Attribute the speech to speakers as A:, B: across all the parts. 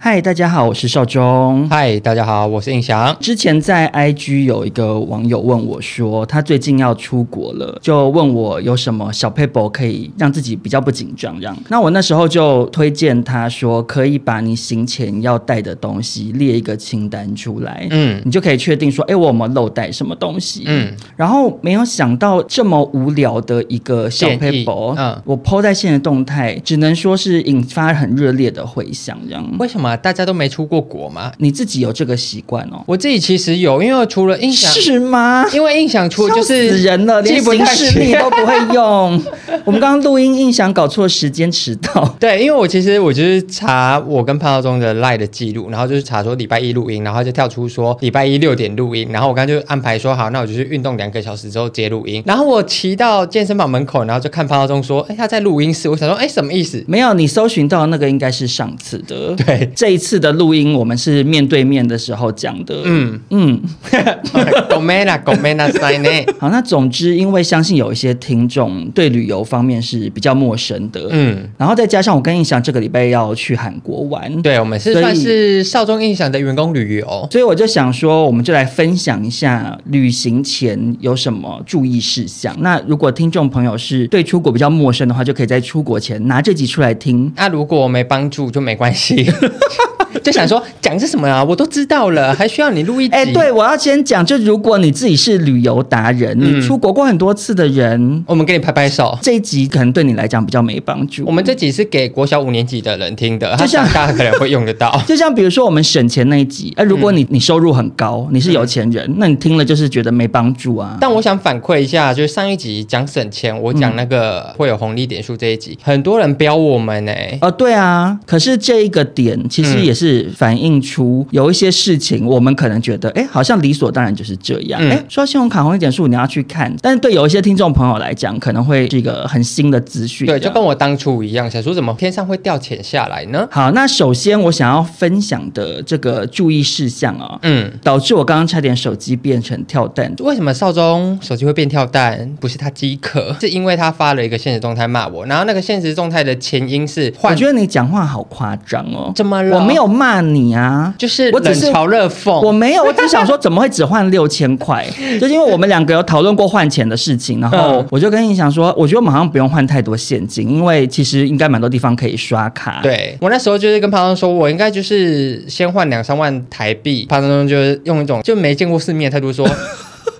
A: 嗨，大家好，我是少中。
B: 嗨，大家好，我是印翔。
A: 之前在 IG 有一个网友问我说，他最近要出国了，就问我有什么小 paper 可以让自己比较不紧张这样。那我那时候就推荐他说，可以把你行前要带的东西列一个清单出来，
B: 嗯
A: 你就可以确定说，哎、我有没有漏带什么东西？
B: 嗯，
A: 然后没有想到这么无聊的一个小
B: 建议
A: paper，
B: 嗯
A: 我 PO 在线的动态，只能说是引发很热烈的回响。这样，
B: 为什么大家都没出过国嘛？
A: 你自己有这个习惯哦？
B: 我自己其实有，因为除了印象，
A: 是吗？
B: 因为印象出就
A: 笑
B: 是
A: 死人了，
B: 记
A: 连
B: 不
A: 行
B: 太
A: 事历
B: 起
A: 都不会用。 我们刚刚录音印象搞错时间迟到，
B: 对，因为我其实我就是查我跟潘少忠的 line 的记录，然后就是查说礼拜一录音，然后就跳出说礼拜一六点录音，然后我刚刚就安排说好，那我就去运动两个小时之后直接录音。然后我骑到健身房门口，然后就看潘少忠说，哎，他在录音室，我想说，哎，什么意思？
A: 没有你搜寻到那个应该是上次的。
B: 对，
A: 这一次的录音我们是面对面的时候讲的。
B: 嗯
A: 嗯，
B: ，Gomena g o m e n a s i n
A: 好，那总之，因为相信有一些听众对旅游方面是比较陌生的，
B: 嗯，
A: 然后再加上我跟印象这个礼拜要去韩国玩，
B: 对，我们是
A: 所以
B: 算是少中印象的员工旅游。
A: 所以我就想说，我们就来分享一下旅行前有什么注意事项。那如果听众朋友是对出国比较陌生的话，就可以在出国前拿这集出来 听。
B: 那、如果没帮助就没关系， 就想说讲是什么啊，我都知道了，还需要你录一集？
A: 哎，对，我要先讲，就如果你自己是旅游达人，
B: 嗯
A: 你出国过很多次的人，
B: 我们给你拍拍手。
A: 这一集可能对你来讲比较没帮助。
B: 我们这集是给国小五年级的人听的，
A: 就
B: 他
A: 像。
B: 长大可能会用得到
A: 就像比如说我们省钱那一集，哎、如果
B: 嗯
A: 你、你收入很高，你是有钱人，那你听了就是觉得没帮助啊。
B: 但我想反馈一下，就是上一集讲省钱，我讲那个会有红利点数这一集，很多人标我们欸呢、
A: 嗯哦，对啊，可是这一个点其实
B: 嗯
A: 也是反映出有一些事情，我们可能觉得，哎、好像理所当然就是这样。
B: 嗯
A: 哎、说到信用卡红利点数，你要去看，但是对有一些听众朋友来讲，可能会是一个很新的资讯。
B: 对，就跟我当初一样，想说怎么天上会掉钱下来呢？
A: 好，那首先我想要分享的这个注意事项啊、
B: 嗯，
A: 导致我刚刚差点手机变成跳蛋。
B: 为什么少宗手机会变跳蛋？不是他饥渴，是因为他发了一个现实动态骂我，然后那个现实动态的前因是
A: 我
B: 换
A: 觉，得你讲话好夸张哦，
B: 怎么了
A: 我没有骂你啊，
B: 就是
A: 我只
B: 冷
A: 是
B: 嘲热讽。
A: 我没有，我只想说怎么会只换六千块？就是因为我们两个有讨论过换钱的事情，然后
B: 嗯
A: 我就跟你想说，我觉得我们好像不用换太多现金，因为其实应该蛮多地方可以刷卡。，
B: 对我那时候就是跟潘东说，我应该就是先换两三万台币。潘东就是用一种就没见过世面的 态度说，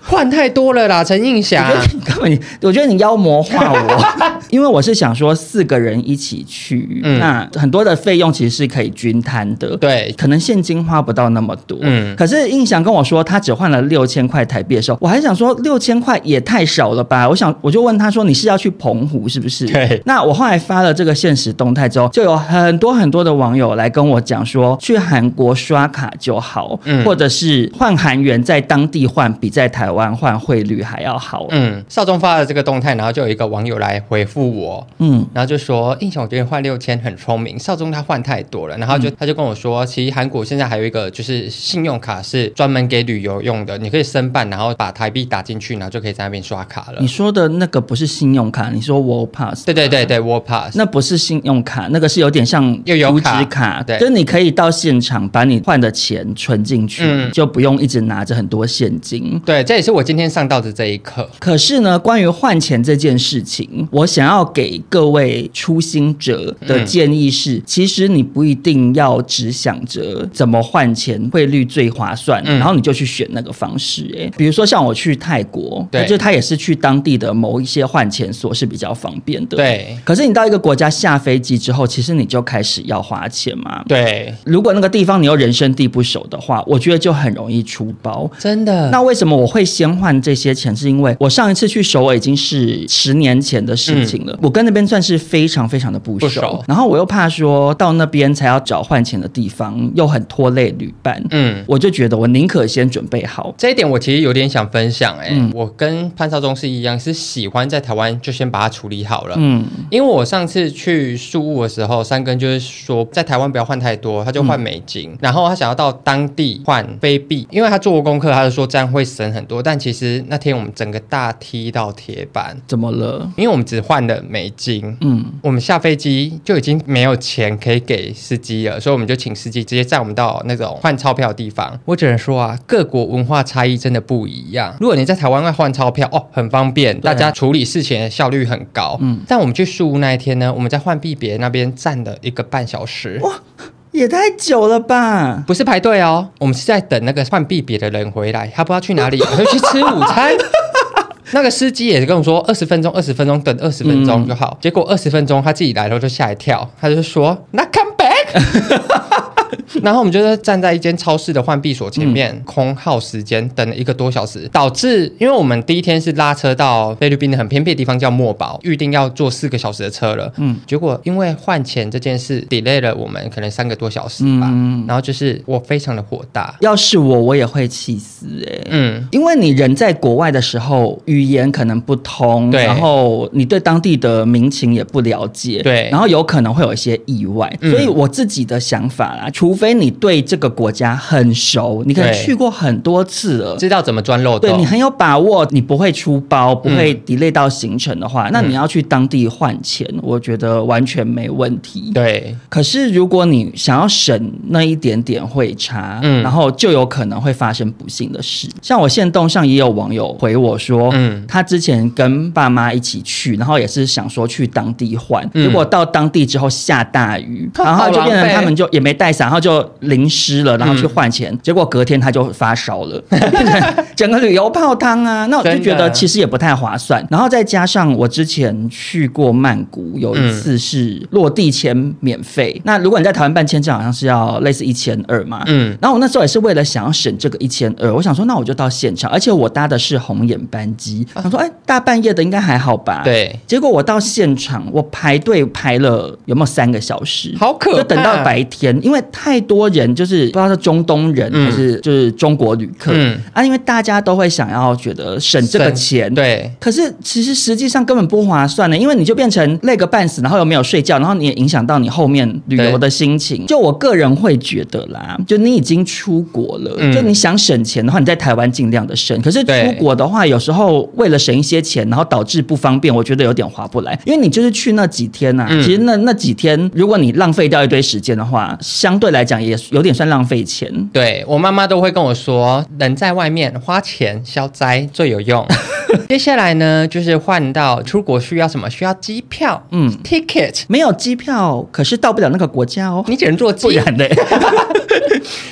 B: 换太多了啦，陈映
A: 我
B: 霞
A: 觉。得你根本你，我觉得你妖魔化我， 因为我是想说四个人一起去，
B: 嗯
A: 那很多的费用其实是可以均摊的。
B: 对，
A: 可能现金花不到那么多，
B: 嗯
A: 可是印象跟我说他只换了六千块台币的时候，我还想说六千块也太少了吧？我想我就问他说你是要去澎湖是不是？
B: 对
A: 那我后来发了这个现实动态之后，就有很多很多的网友来跟我讲说，去韩国刷卡就好，
B: 嗯
A: 或者是换韩元在当地换比在台湾换汇率还要好。
B: 嗯，少中发了这个动态，然后就有一个网友来回复我，
A: 嗯
B: 然后就说印象我觉得换六千很聪明，少中他换太多了，然后
A: 嗯
B: 就、他就跟我说，其实韩国现在还有一个就是信用卡是专门给旅游用的，你可以申办，然后把台币打进去，然后就可以在那边刷卡了
A: 你。说的那个不是信用卡，你说 World Pass，
B: 对对对对，World Pass。
A: 那不是信用卡，那个是有点像
B: 悠游
A: 储值
B: 卡
A: 卡，
B: 对
A: 就是你可以到现场把你换的钱存进去，
B: 嗯
A: 就不用一直拿着很多现金。
B: 对，这也是我今天上到的这一课。
A: 可是呢，关于换钱这件事情，我想要给各位初心者的建议是，其实你不一定要只想着怎么换钱汇率最划算，
B: 嗯
A: 然后你就去选那个方式、欸。比如说像我去泰国，
B: 对
A: 就是他也是去当地的某一些换钱所是比较方便的。。
B: 对
A: 可是你到一个国家下飞机之后，其实你就开始要花钱嘛。
B: 对，
A: 如果那个地方你又人生地不熟的话，我觉得就很容易出包。
B: 真的
A: 那为什么我会先换这些钱？是因为我上一次去首尔已经是十年前的事情了，我跟那边算是非常非常的不熟，
B: 嗯不熟
A: 然后我又怕说到那边才要找换钱的地方，又很拖累旅伴，
B: 嗯。
A: 我就觉得我宁可先准备好。
B: 这一点我其实有点想分享哎、我跟潘少忠是一样，是喜欢在台湾就先把它处理好了。
A: 嗯，
B: 因为我上次去宿务的时候，三根就是说在台湾不要换太多，他就换美金，然后他想要到当地换非币，因为他做过功课，他就说这样会省很多。但其实那天我们整个大踢到铁板，
A: 怎么了？
B: 因为我们只换了美金。
A: 嗯，
B: 我们下飞机就已经没有钱可以给司机了，所以我们就请司机直接载我们到那种换钞票的地方。我只能说啊，各国文化差异真的不一样。如果你在台湾外换钞票，哦，很方便，
A: 对啊
B: 大家处理事情的效率很高。嗯，但我们去树屋那一天呢，我们在换币别那边站了一个半小时。
A: 也太久了吧？
B: 不是排队哦，我们是在等那个换币别的人回来，他不知道去哪里，他就去吃午餐。那个司机也跟我说二十分钟，二十分钟等二十
A: 嗯
B: 分钟就好。结果二十分钟他自己来了，我就吓一跳，他就说
A: 嗯
B: “Not come back”。然 后我们就是站在一间超市的换币所前面，
A: 嗯
B: 空耗时间等了一个多小时，导致因为我们第一天是拉车到菲律宾的很偏僻的地方叫墨宝，预定要坐四个小时的车了，嗯，结果因为换钱这件事 delay 了我们可能三个多小时吧，
A: 嗯
B: 然后就是我非常的火大，
A: 要是我，我也会气死哎、
B: 嗯，
A: 因为你人在国外的时候，语言可能不通，
B: 对
A: 然后你对当地的民情也不了解，
B: 对
A: 然后有可能会有一些意外。
B: 嗯
A: 所以我自己的想法啦，除非你对这个国家很熟，你可能
B: 对
A: 去过很多次了。
B: 知道怎么钻漏
A: 对你
B: 洞，
A: 很有把握，你不会出包，
B: 嗯
A: 不会 delay 到行程的话，那你要去当地换钱，我觉得完全没问题。
B: 对，
A: 可是如果你想要省那一点点会差，
B: 嗯
A: 然后就有可能会发生不幸的事。像我现动上也有网友回我说，
B: 嗯
A: 他之前跟爸妈一起去，然后也是想说去当地换，
B: 嗯
A: 结果到当地之后下大雨，
B: 好
A: 然后就变成
B: 狼狈嗯
A: 他们就也没带伞，然后就淋湿了，然后去换钱，结果隔天他就发烧了， 变成整个旅游泡汤啊。那我就
B: 真的
A: 觉得其实也不太划算。然后再加上我之前去过曼谷，有一次是落地签免费。那如果你在台湾办签证，好像是要类似一千二嘛。
B: 嗯，
A: 然后我那时候也是为了想要省这个一千二，我想说那我就到现场，而且我搭的是红眼班机，想说哎大半夜的应该还好吧。。
B: 啊对，
A: 结果我到现场，我排队排了有没有三个小时？
B: 好可怕
A: 就等到白天，因为太多人，就是不知道是中东人、
B: 嗯
A: 还是就是中国旅客、
B: 嗯
A: 啊，因为大家都会想要觉得省这个钱，。
B: 对，
A: 可是其实实际上根本不划算呢，因为你就变成累个半死，然后又没有睡觉，然后你也影响到你后面旅游的心情。就我个人会觉得啦，就你已经出国了，
B: 嗯
A: 就你想省钱的话，你在台湾尽量的省。可是出
B: 对
A: 国的话，有时候为了省一些钱，然后导致不方便，我觉得有点划不来。因为你就是去那几天呐、
B: 嗯
A: 其实那那几天，如果你浪费掉一堆时间的话，相对来讲也有点算浪费钱。
B: 对我妈妈都会跟我说，人在外面花钱消灾最 有用。接下来呢，就是换到出国需要什么？需要机票，
A: 嗯
B: 嗯，ticket，
A: 没有机票，可是到不了那个国家哦。
B: 你只能坐
A: 不
B: 机。
A: 然嘞，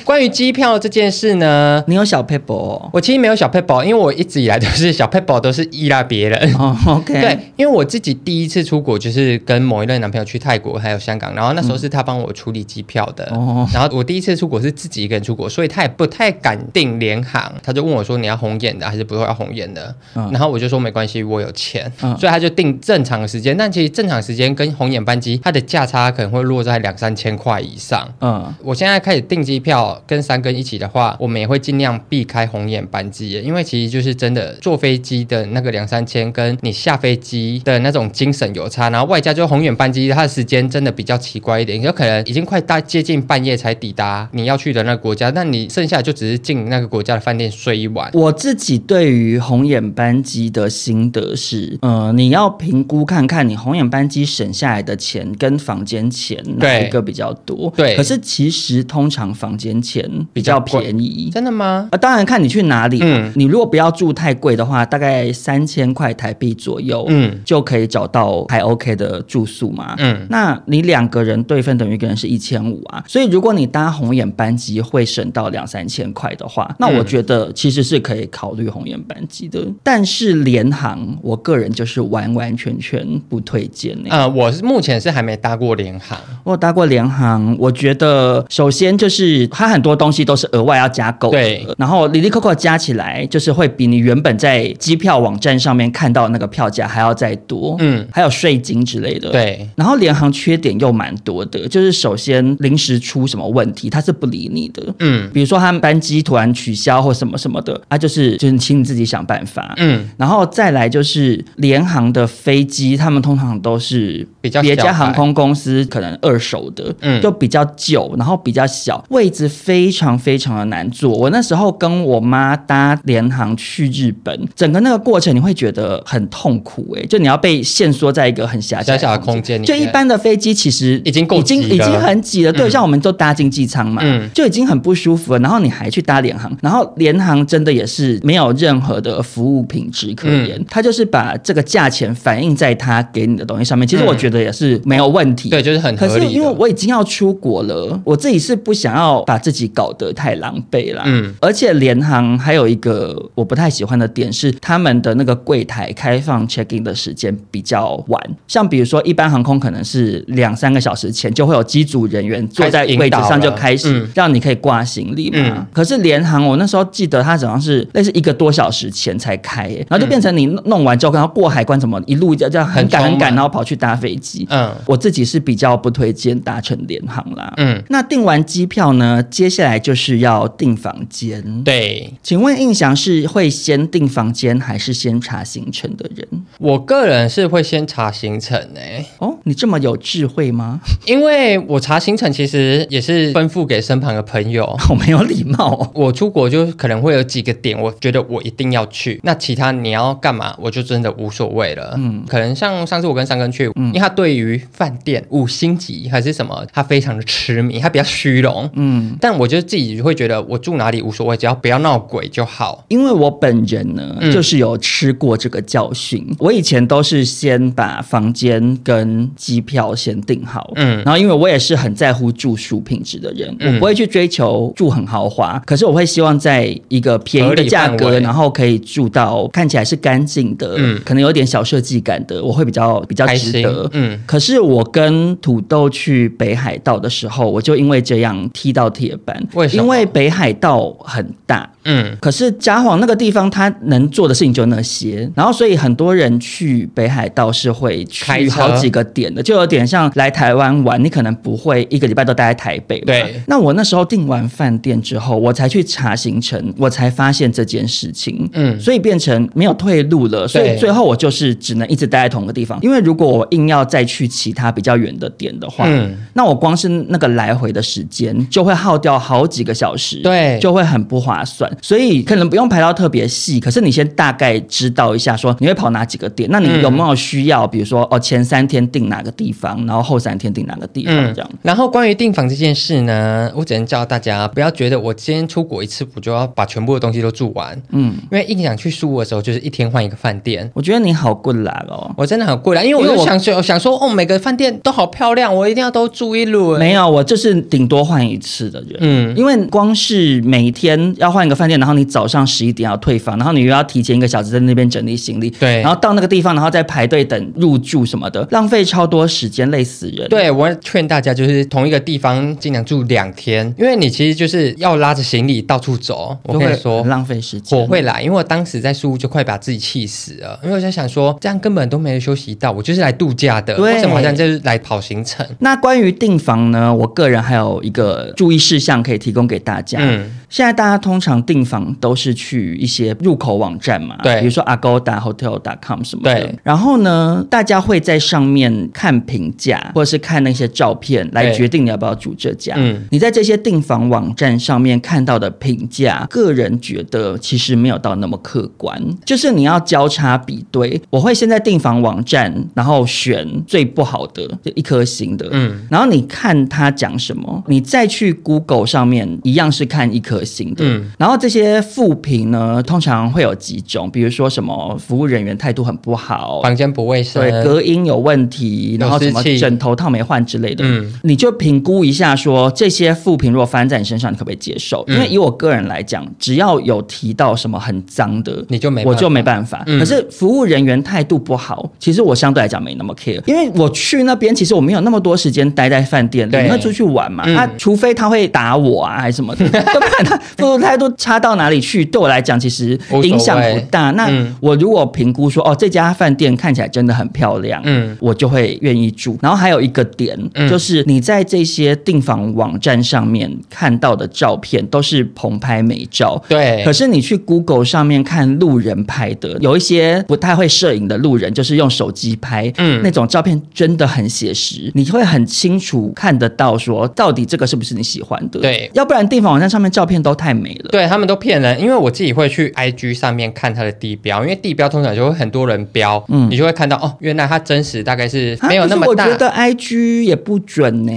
B: 关于机票这件事呢，
A: 你有小 paper 哦。
B: 我其实没有小 p a p e 因为我一直以来都是小 p a p e 都是依赖别人。
A: 哦，OK，
B: 对，因为我自己第一次出国就是跟某一任男朋友去泰国还有香港，然后那时候是他帮我处理机票的，
A: 哦
B: 然后我第一次出国是自己一个人出国，所以他也不太敢订联航，他就问我说你要红眼的还是不要红眼的，
A: 嗯
B: 然后我就说没关系，我有钱，
A: 嗯
B: 所以他就订正常的时间，但其实正常时间跟红眼班机它的价差可能会落在两三千块以上。
A: 嗯，
B: 我现在开始订机票，跟三根一起的话，我们也会尽量避开红眼班机耶，因为其实就是真的坐飞机的那个两三千，跟你下飞机的那种精神有差，然后外加就是红眼班机，它的时间真的比较奇怪一点，有可能已经快大接近半夜才抵达你要去的那个
A: 嗯
B: 国家，那你剩下就只是进那个国家的饭店睡一晚。
A: 我自己对于红眼班班机的心得是，呃，你要评估看看你红眼班机省下来的钱跟房间钱哪
B: 对
A: 一个比较多。
B: 对
A: 可是其实通常房间钱比较
B: 比较贵
A: 便宜。
B: 真的吗？
A: 啊，当然看你去哪里、
B: 嗯
A: 你如果不要住太贵的话，大概三千块台币左右，
B: 嗯
A: 就可以找到还 OK 的住宿嘛。
B: 嗯，
A: 那你两个人对分等于一个人是一千五啊，所以如果你搭红眼班机会省到两三千块的话，那
B: 嗯
A: 我觉得其实是可以考虑红眼班机的。但是联航，我个人就是完完全全不推荐、欸。
B: 呃，我是目前是还没搭过联航，
A: 我有搭过联航，我觉得首先就是它很多东西都是额外要加购的，
B: 对
A: 然后里里扣扣加起来，就是会比你原本在机票网站上面看到那个票价还要再多，
B: 嗯，
A: 还有税金之类的，
B: 对，
A: 然后联航缺点又蛮多的，就是首先临时出什么问题，他是不理你的。
B: 嗯
A: 比如说他们班机突然取消或什么什么的，啊，就是就是请你自己想办法。
B: 嗯，
A: 然后再来就是联航的飞机，他们通常都是
B: 比较
A: 别
B: 小
A: 家
B: 牌
A: 航空公司可能二手的，
B: 嗯
A: 就比较旧，然后比较小，位置非常非常的难坐。我那时候跟我妈搭联航去日本，整个那个过程你会觉得很痛苦、欸，就你要被限缩在一个很狭
B: 小
A: 窄
B: 小的
A: 空
B: 空间里
A: 就一
B: 面
A: 般的飞机其实
B: 已经够
A: 已经
B: 挤了
A: 已经很挤了，对，像我们都搭经济舱嘛，
B: 嗯
A: 就已经很不舒服了。然后你还去搭联航，然后联航真的也是没有任何的服务品质可
B: 嗯
A: 言，它就是把这个价钱反映在它给你的东西上面。其实我觉得也是没有问题，
B: 嗯对，就是很
A: 可
B: 合
A: 是
B: 理的。
A: 因为我已经要出国了，我自己是不想要把自己搞得太狼狈啦。
B: 嗯，
A: 而且联航还有一个我不太喜欢的点是，他们的那个柜台开放 check in 的时间比较晚。像比如说，一般航空可能是两三个小时前就会有机组人员坐在
B: 开始引
A: 位置
B: 导
A: 上
B: 了
A: 就开始
B: 嗯
A: 让你可以挂行李嘛。
B: 嗯
A: 可是联航，我那时候记得它好像是类似一个多小时前才开、欸，然后就变成你弄弄完之后，然后过海关怎么一路就这样很
B: 很
A: 赶很
B: 匆
A: 赶，
B: 忙
A: 然后跑去搭飞机。
B: 嗯
A: 我自己是比较不推荐搭乘联航啦。
B: 嗯，
A: 那订完机票呢，接下来就是要订房间。
B: 对
A: 请问印象是会先订房间还是先查行程的人？
B: 我个人是会先查行程诶、
A: 哦，你这么有智慧吗？
B: 因为我查行程其实也是吩咐给身旁的朋友。
A: 好没有礼貌哦。
B: 我出国就可能会有几个点，我觉得我一定要去。那其他你要干嘛，我就真的无所谓了。嗯，可能像上次我跟三根去，
A: 嗯
B: 因为他对于饭店五星级还是什么，他非常的痴迷，他比较虚荣。
A: 嗯，
B: 但我就自己会觉得我住哪里无所谓，只要不要闹鬼就好。
A: 因为我本人呢，
B: 嗯
A: 就是有吃过这个教训。我以前都是先把房间跟机票先订好，
B: 嗯
A: 然后因为我也是很在乎住宿品质的人，
B: 嗯
A: 我不会去追求住很豪华，可是我会希望在一个便宜
B: 合
A: 的
B: 理
A: 价
B: 范
A: 格，
B: 围
A: 然后可以住到看起来是干净的，
B: 嗯
A: 可能有点小设计感的，我会比较比较
B: 开
A: 值
B: 心
A: 得，，
B: 嗯，
A: 可是我跟土豆去北海道的时候，我就因为这样踢到铁板。
B: 为什么
A: 因为北海道很大，
B: 嗯，
A: 可是札幌那个地方，它能做的事情就那些，然后所以很多人去北海道是会
B: 开
A: 去
B: 车
A: 好几个点的，就有点像来台湾玩，你可能不会一个礼拜都待在台北嘛。
B: 对
A: 那我那时候订完饭店之后，我才去查行程，我才发现这件事情。
B: 嗯
A: 所以变成没有退路了，所以
B: 对
A: 最后我就是只能一直待在同个地方，因为如果我硬要再去其他比较远的点的话，
B: 嗯，
A: 那我光是那个来回的时间就会耗掉好几个小时，
B: 对
A: 就会很不划算。所以可能不用排到特别细，可是你先大概知道一下，说你会跑哪几个点，那
B: 嗯
A: 你有没有需要，比如说哦前三天定哪个地方，然后后三天定哪个地方、
B: 嗯
A: 这样？
B: 然后关于订房这件事呢，我只能叫大家不要觉得我今天出国一次，我就要把全部的东西都住完。
A: 嗯
B: 嗯，因为印想去苏屋的时候，就是一天换一个饭店。
A: 我觉得你好棍啦哦。
B: 我真的很贵啦，因为
A: 因
B: 我
A: 为
B: 就
A: 我
B: 想说，想说哦，每个饭店都好漂亮，我一定要都住一轮。
A: 没有，我就是顶多换一次的人。
B: 嗯
A: 因为光是每天要换一个饭店，然后你早上十一点要退房，然后你又要提前一个小时在那边整理行李，
B: 对
A: 然后到那个地方，然后再排队等入住什么的，浪费超多时间，累死人。，
B: 对，我劝大家就是同一个地方尽量住两天，因为你其实就是要拉着行李到处走。我
A: 就
B: 跟
A: 会
B: 你说
A: 很，浪费时间。
B: 火会来，因为我当时在苏屋就快把自己气死了，因为我在想说，这样根本都没有休息到，我就是来度假的，
A: 对
B: 为什么好像就是来跑行程？
A: 那关于订房呢，我个人还有一个注意事项可以提供给大家。
B: 嗯
A: 现在大家通常订房都是去一些入口网站嘛，
B: 对
A: 比如说 Agoda、Hotel.com 什么的。
B: 对。
A: 然后呢，大家会在上面看评价，或者是看那些照片来
B: 对
A: 决定你要不要住这家。
B: 嗯
A: 你在这些订房网站上面看到的评价，个人觉得其实没有到那么客观，就是你要交叉比对。我会先在订房网站，然后选最不好的，就一颗星的，
B: 嗯，
A: 然后你看他讲什么，你再去 Google 上面一样是看一颗星的，
B: 嗯
A: 然后这些负评呢，通常会有几种，比如说什么服务人员态度很不好，
B: 房间不卫生，
A: 对，隔音有问题，然后什么
B: 有湿气
A: 枕头套没换之类的，
B: 嗯
A: 你就评估一下说这些负评如果发生在你身上，你可不可以接受？因为
B: 嗯
A: 以我个人来讲，只要有提到什么很脏的，
B: 你就没
A: 我
B: 办
A: 就
B: 法
A: 没办法。
B: 嗯
A: 可是服务人员态度不好，其实我相对来讲没那么 care，因为我去那边其实我没有那么多时间待在饭店里，
B: 对
A: 你会出去玩嘛？
B: 嗯
A: 啊，除非他会打我啊，还是什么的，要不然他服务态度差到哪里去，对我来讲其实
B: 无所谓
A: 影响不大。那
B: 嗯
A: 我如果评估说，哦，这家饭店看起来真的很漂亮，
B: 嗯
A: 我就会愿意住。然后还有一个点，
B: 嗯
A: 就是你在这些订房网站上面看到的照片都是棚拍美照，
B: 对，
A: 可是你去 Google 上面看路人拍的，有一些不太会摄影的路人，就是用手机拍，
B: 嗯
A: 那种照片真的很写实，你会很清楚看得到说到底这个是不是你喜欢的。
B: 对
A: 要不然订房网站上面照片都太美了。
B: 对他们都骗人，因为我自己会去 IG 上面看它的地标，因为地标通常就会很多人标，
A: 嗯
B: 你就会看到哦，原来它真实大概是
A: 啊
B: 没有那么大。
A: 可是我觉得 I G 也不准呢、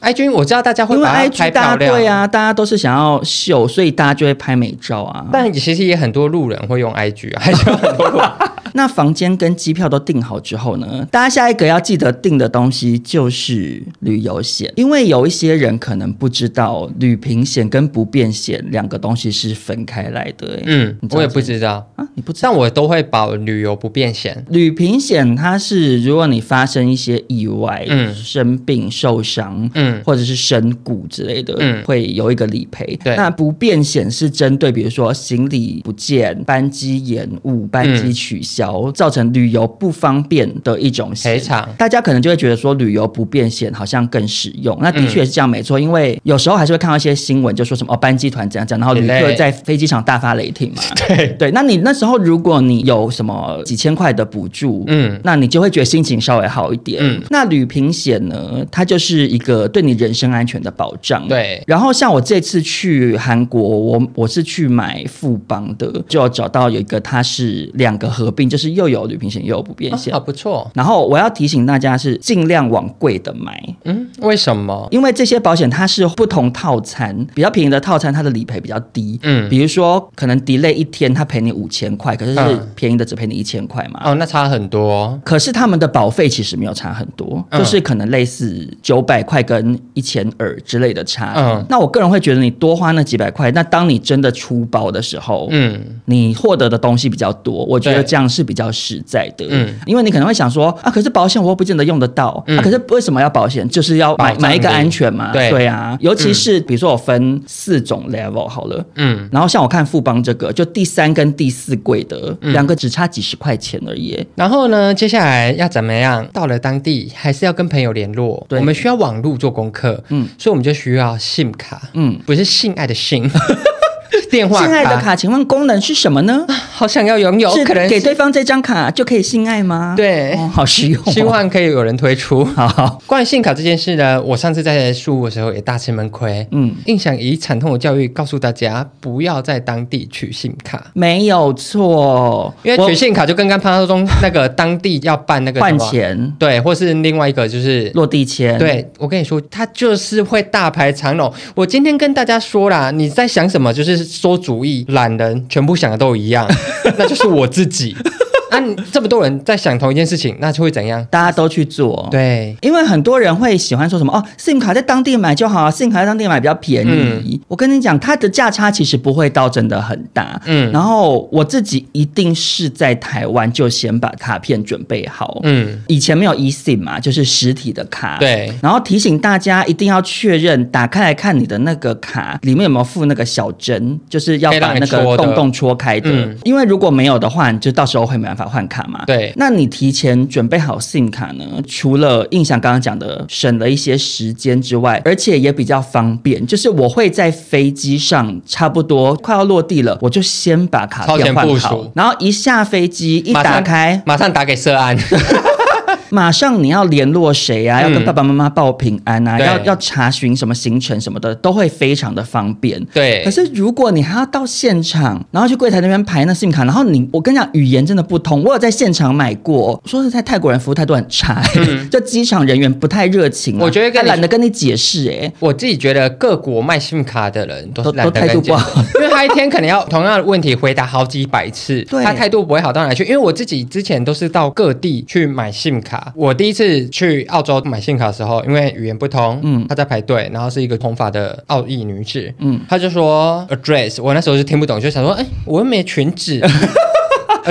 B: IG 我知道大家会
A: 因为
B: 把
A: I
B: 它
A: G
B: 拍
A: 大家
B: 漂亮，
A: 对啊，大家都是想要秀，所以大家就会拍美照啊。
B: 但其实也很多路人会用 IG 啊，还 是有很多路人
A: 那房间跟机票都订好之后呢，大家下一个要记得订的东西就是旅游险，因为有一些人可能不知道旅平险跟不便险两个东西是分开来的、欸。
B: 嗯
A: 你，知道
B: 我也
A: 这
B: 不知道，
A: 啊，你不知道？
B: 但我都会保旅游不便险。
A: 旅平险它是如果你发生一些意外、
B: 嗯
A: 生病、受伤，
B: 嗯
A: 或者是身故之类的，
B: 嗯
A: 会有一个理赔。
B: 对
A: 那不便险是针对比如说行李不见、班机延误、班
B: 嗯
A: 机取消，造成旅游不方便的一种险
B: 赔偿
A: 大家可能就会觉得说旅游不便险好像更实用，那
B: 嗯
A: 的确是这样没错，因为有时候还是会看到一些新闻，就说什么哦班机团怎样讲，然后旅客
B: Delay
A: 在飞机场大发雷霆嘛。
B: 对，
A: 对，那你那时候如果你有什么几千块的补助，
B: 嗯
A: 那你就会觉得心情稍微好一点。
B: 嗯
A: 那旅平险呢，它就是一个对你人身安全的保障。。
B: 对，
A: 然后像我这次去韩国，我我是去买富邦的，就找到有一个它是两个合并，就是又有旅平险又有不便
B: 啊
A: 险。
B: 好不错。
A: 然后我要提醒大家是尽量往贵的买，
B: 嗯，为什么？
A: 因为这些保险它是不同套餐，比较便宜的套餐它的理赔比较低，
B: 嗯
A: 比如说可能 delay 一天它赔你五千块，可是
B: 嗯
A: 便宜的只赔你一千块嘛。
B: 哦，那差很多。
A: 可是他们的保费其实没有差很多，
B: 嗯
A: 就是可能类似九百块跟一千二之类的差。
B: 嗯
A: 那我个人会觉得你多花那几百块，那当你真的出包的时候，
B: 嗯，
A: 你获得的东西比较多，我觉得
B: 对
A: 这样是比较实在的。
B: 嗯
A: 因为你可能会想说啊，可是保险我又不见得用得到，
B: 嗯
A: 啊，可是为什么要保险？就是要买
B: 保障
A: 买一个
B: 力
A: 安全嘛。
B: 对
A: 啊，尤其是比如说我分四种 level 好了。
B: 嗯，
A: 然后像我看富邦这个，就第三跟第四贵的、
B: 嗯
A: 两个只差几十块钱而已。
B: 然后呢，接下来要怎么样？到了当地还是要跟朋友联络，
A: 对
B: 我们需要网络做功课，
A: 嗯
B: 嗯，所以我们就需要 SIM 卡，
A: 嗯
B: 嗯，不是性爱的性， 是电话
A: 性爱的，卡，请问功能是什么呢？
B: 好想要拥有，
A: 是
B: 哦可能
A: 给对方这张卡就可以性爱吗？
B: 对
A: 哦好实用、哦。
B: 希望可以有人推出。
A: 好，
B: 关于信卡这件事呢，我上次在书的时候也大吃闷亏。
A: 嗯
B: 嗯，印象以惨痛的教育告诉大家，不要在当地取信卡，
A: 没有错，
B: 因为
A: 我
B: 取信卡就跟刚潘中那个当地要办那个什
A: 换
B: 么，
A: 钱
B: 对，或是另外一个就是
A: 落地签，
B: 对，我跟你说，他就是会大排长龙。我今天跟大家说啦，你在想什么？就是馊主意，懒人全部想的都 一样，那就是我自己。啊，你这么多人在想同一件事情，那就会怎样？
A: 大家都去做。，
B: 对，
A: 因为很多人会喜欢说什么哦，SIM 卡在当地买就好啊，SIM 卡在当地买比较便宜。我跟你讲，它的价差其实不会到真的很大。
B: 嗯
A: 然后我自己一定是在台湾就先把卡片准备好。
B: 嗯，
A: 以前没有 eSIM 嘛，就是实体的卡。。
B: 对，
A: 然后提醒大家一定要确认，打开来看你的那个卡里面有没有附那个小针，就是要
B: 可以
A: 把
B: 让你
A: 那个
B: 戳的
A: 洞洞戳开的。
B: 嗯
A: 因为如果没有的话，你就到时候会没办法换卡嘛。
B: 对
A: 那你提前准备好 SIM 卡呢？除了印象刚刚讲的省了一些时间之外，而且也比较方便。就是我会在飞机上差不多快要落地了，我就先把卡
B: 超前
A: 片换
B: 部
A: 好
B: 署，
A: 然后一下飞机一
B: 马上
A: 打开，
B: 马上打给 社安，
A: 马上你要联络谁啊？要跟
B: 嗯
A: 爸爸妈妈报平安啊？
B: 对
A: 要要查询什么行程什么的，都会非常的方便。
B: 对
A: 可，是如果你还要到现场，然后去柜台那边排那 SIM 卡，然后你，我跟你讲，语言真的不通。我有在现场买过，说实在，泰国人服务态度很差、欸， 就机场人员不太热情啊、
B: 嗯我觉得跟
A: 他
B: 你
A: 懒得跟你解释、欸，
B: 我自己觉得各国卖信用卡的人都是
A: 都
B: 懒得
A: 都态度
B: 跟
A: 不
B: 进
A: 好，
B: 因为他一天可能要同样的问题回答好几百次，
A: 对
B: 他态度不会好到哪去。因为我自己之前都是到各地去买信用卡，我第一次去澳洲买信用卡的时候，因为语言不通，
A: 嗯
B: 嗯，他在排队，然后是一个红发的澳裔女子，
A: 嗯
B: 嗯，她就说 address，我那时候就听不懂，就想说，哎、我又没裙子
A: 哎，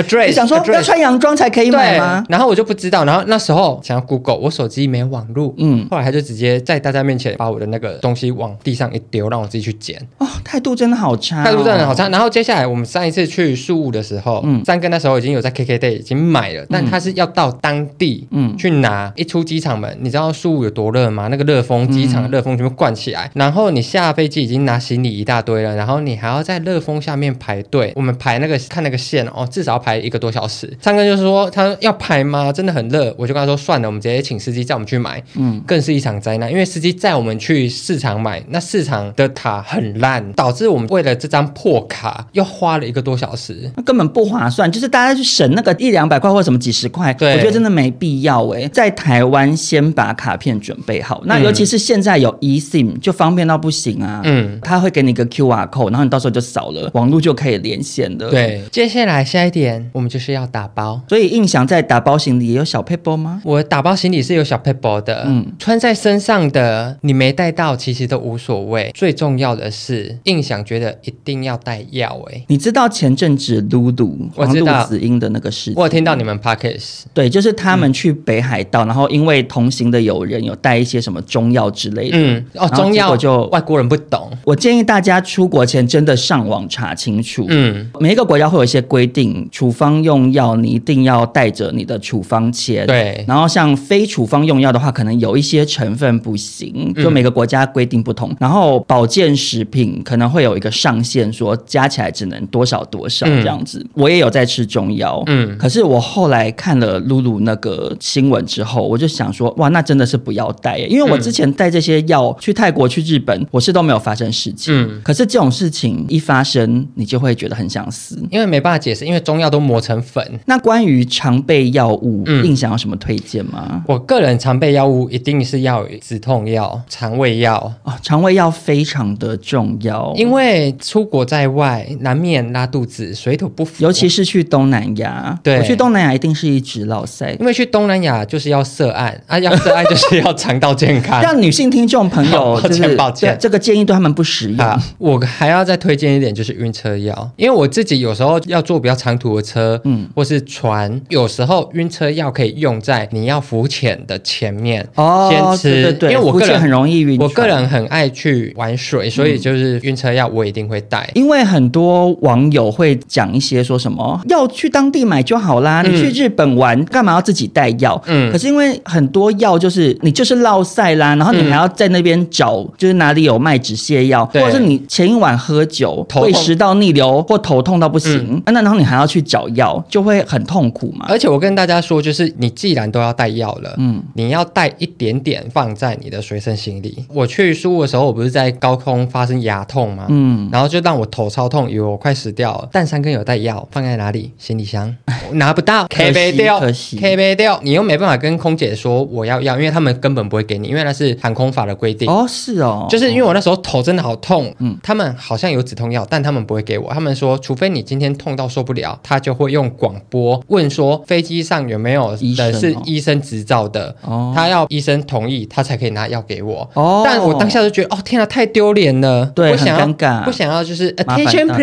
B: ，address，
A: 你想说
B: address
A: 要穿洋装才可以买
B: 对
A: 吗，？
B: 然后我就不知道，然后那时候想要 Google，我手机没网路，
A: 嗯
B: 嗯，后来他就直接在大家面前把我的那个东西往地上一丢，让我自己去捡，
A: 哦，态度真的好差、哦
B: 态度真的很嗯好。差。然后接下来我们上一次去宿务的时候，
A: 嗯
B: 嗯，三哥那时候已经有在 KKday 已经买了，但他是要到当地，
A: 嗯
B: 嗯，去拿。一出机场门，你知道宿务有多热吗？那个热风，机
A: 嗯
B: 场的热风全部灌起来，然后你下飞机已经拿行李一大堆了，然后你还要在热风下面排队。我们排那个看那个线哦，至少要排一个多小时。三哥就说他说要排吗？真的很热，我就跟他说算了，我们直接请司机载我们去买。
A: 嗯，
B: 更是一场灾难，因为司机载我们去市场买，那市场的卡很烂，导致我们为了这张破卡又花了一个多小时。
A: 那根本不划算，就是大家去省那个一两百块或什么几十块，
B: 对
A: 我觉得真的没必要哎、在台湾先把卡片准备好，那尤其是现在有 eSIM 就方便到不行啊。
B: 嗯，
A: 他会给你一个 QR code，然后你到时候就扫了，网络就可以连线的。，
B: 对。接下来下一点，我们就是要打包。
A: 所以印象在打包行李也有小 paper 吗？
B: 我打包行李是有小 paper 的，
A: 嗯
B: 嗯，穿在身上的你没带到其实都无所谓，最重要的是印象觉得一定要带药、欸，
A: 你知道前阵子露露
B: 我
A: 黄
B: 知
A: 露
B: 道
A: 子英的那个事
B: 我有嗯
A: 情，
B: 听到你们 pockets，
A: 对，就是他们去北海道，然后因为同行的友人有带一些什么中药之类的，
B: 嗯，哦，
A: 然后
B: 中
A: 结果
B: 药
A: 就
B: 外国人不懂，
A: 我建议大家出国前真的上网查清楚。
B: 嗯，
A: 每一个国家会有一些规定，处方用药你一定要带着你的处方签。
B: 对
A: 然后像非处方用药的话，可能有一些成分不行，
B: 嗯
A: 就每个国家规定不同。然后保健食品可能会有一个上限，说加起来只能多少多少
B: 嗯
A: 这样子。我也有在吃中药，嗯，可是我后来看了露露那个新闻之后，我就想说，哇，那真的是不要带耶，因为我
B: 嗯
A: 之前带这些药去泰国、去日本，我是都没有发生事情。
B: 嗯
A: 可是这种事情一发生，你就会觉得很想死。
B: 因为没办法解释，因为中药都磨成粉，
A: 那关于常备药物，
B: 嗯
A: 印象有什么推荐吗？
B: 我个人常备药物一定是要有止痛药、肠胃药，
A: 哦，肠胃药非常的重要，
B: 因为出国在外难免拉肚子、水土不服，
A: 尤其是去东南亚。
B: 对
A: 我去东南亚一定是一直落塞
B: 因。为去东南亚就是要涉案啊，要涉案就是要肠道健 康。
A: 让女性听众朋友，
B: 啊好
A: 就
B: 抱歉
A: 是
B: 抱歉
A: 对这个建议对他们不实用。
B: 啊，我还要再推荐一点，就是晕车药，因为我自己有时候要坐比较长途的车，嗯，或是船，有时候晕车药可以用在你要浮潜的前面
A: 哦
B: 先，吃，
A: 对对对，
B: 因为我
A: 福
B: 个
A: 建
B: 人
A: 很容易晕船。
B: 我个人很爱去玩水，所以就是晕车药我一定会带。
A: 因为很多网友会讲一些说什么要去当地买就好啦，你去日本玩干嘛要自己带药？
B: 嗯
A: 可是因为很多药就是你就是落塞啦，然后你还要在那边找，就是哪里有卖止泻药，或
B: 对
A: 者是你前一晚喝酒
B: 头
A: 胃
B: 痛嗯
A: 食道逆流或头痛到不行，啊那然后你还要去找药，就会很痛苦嘛。
B: 而且我跟大家说，就是你既然都要带药了，嗯，你要带一点点放在你的随身行李。我去苏务的时候，我不是在高空发生牙痛吗？
A: 嗯
B: 嗯，然后就让我头超痛，以为我快死掉了。但三根有带药，放在哪里？行李箱，我 拿不到
A: 可惜
B: ，K 杯掉
A: 可惜
B: ，K 杯掉，你又没办法跟空姐说我要药，因为他们根本不会给你，因为那是航空法的规定。
A: 哦，是哦，
B: 就是因为我那时候头真的好痛，嗯，他们好像有止痛药，但他们不会给我，他们说除非你今天痛到受不了，他就会用广播问说飞机上有没有
A: 医生
B: 人
A: 哦
B: 是医生执照的，
A: 哦
B: 他要医生同意，他才可以拿药给我。
A: 哦
B: 但我当下就觉得，哦天啊，太丢脸了，
A: 对
B: 不想要
A: 很尴尬
B: 不想要就是
A: 麻烦啊
B: attention
A: 大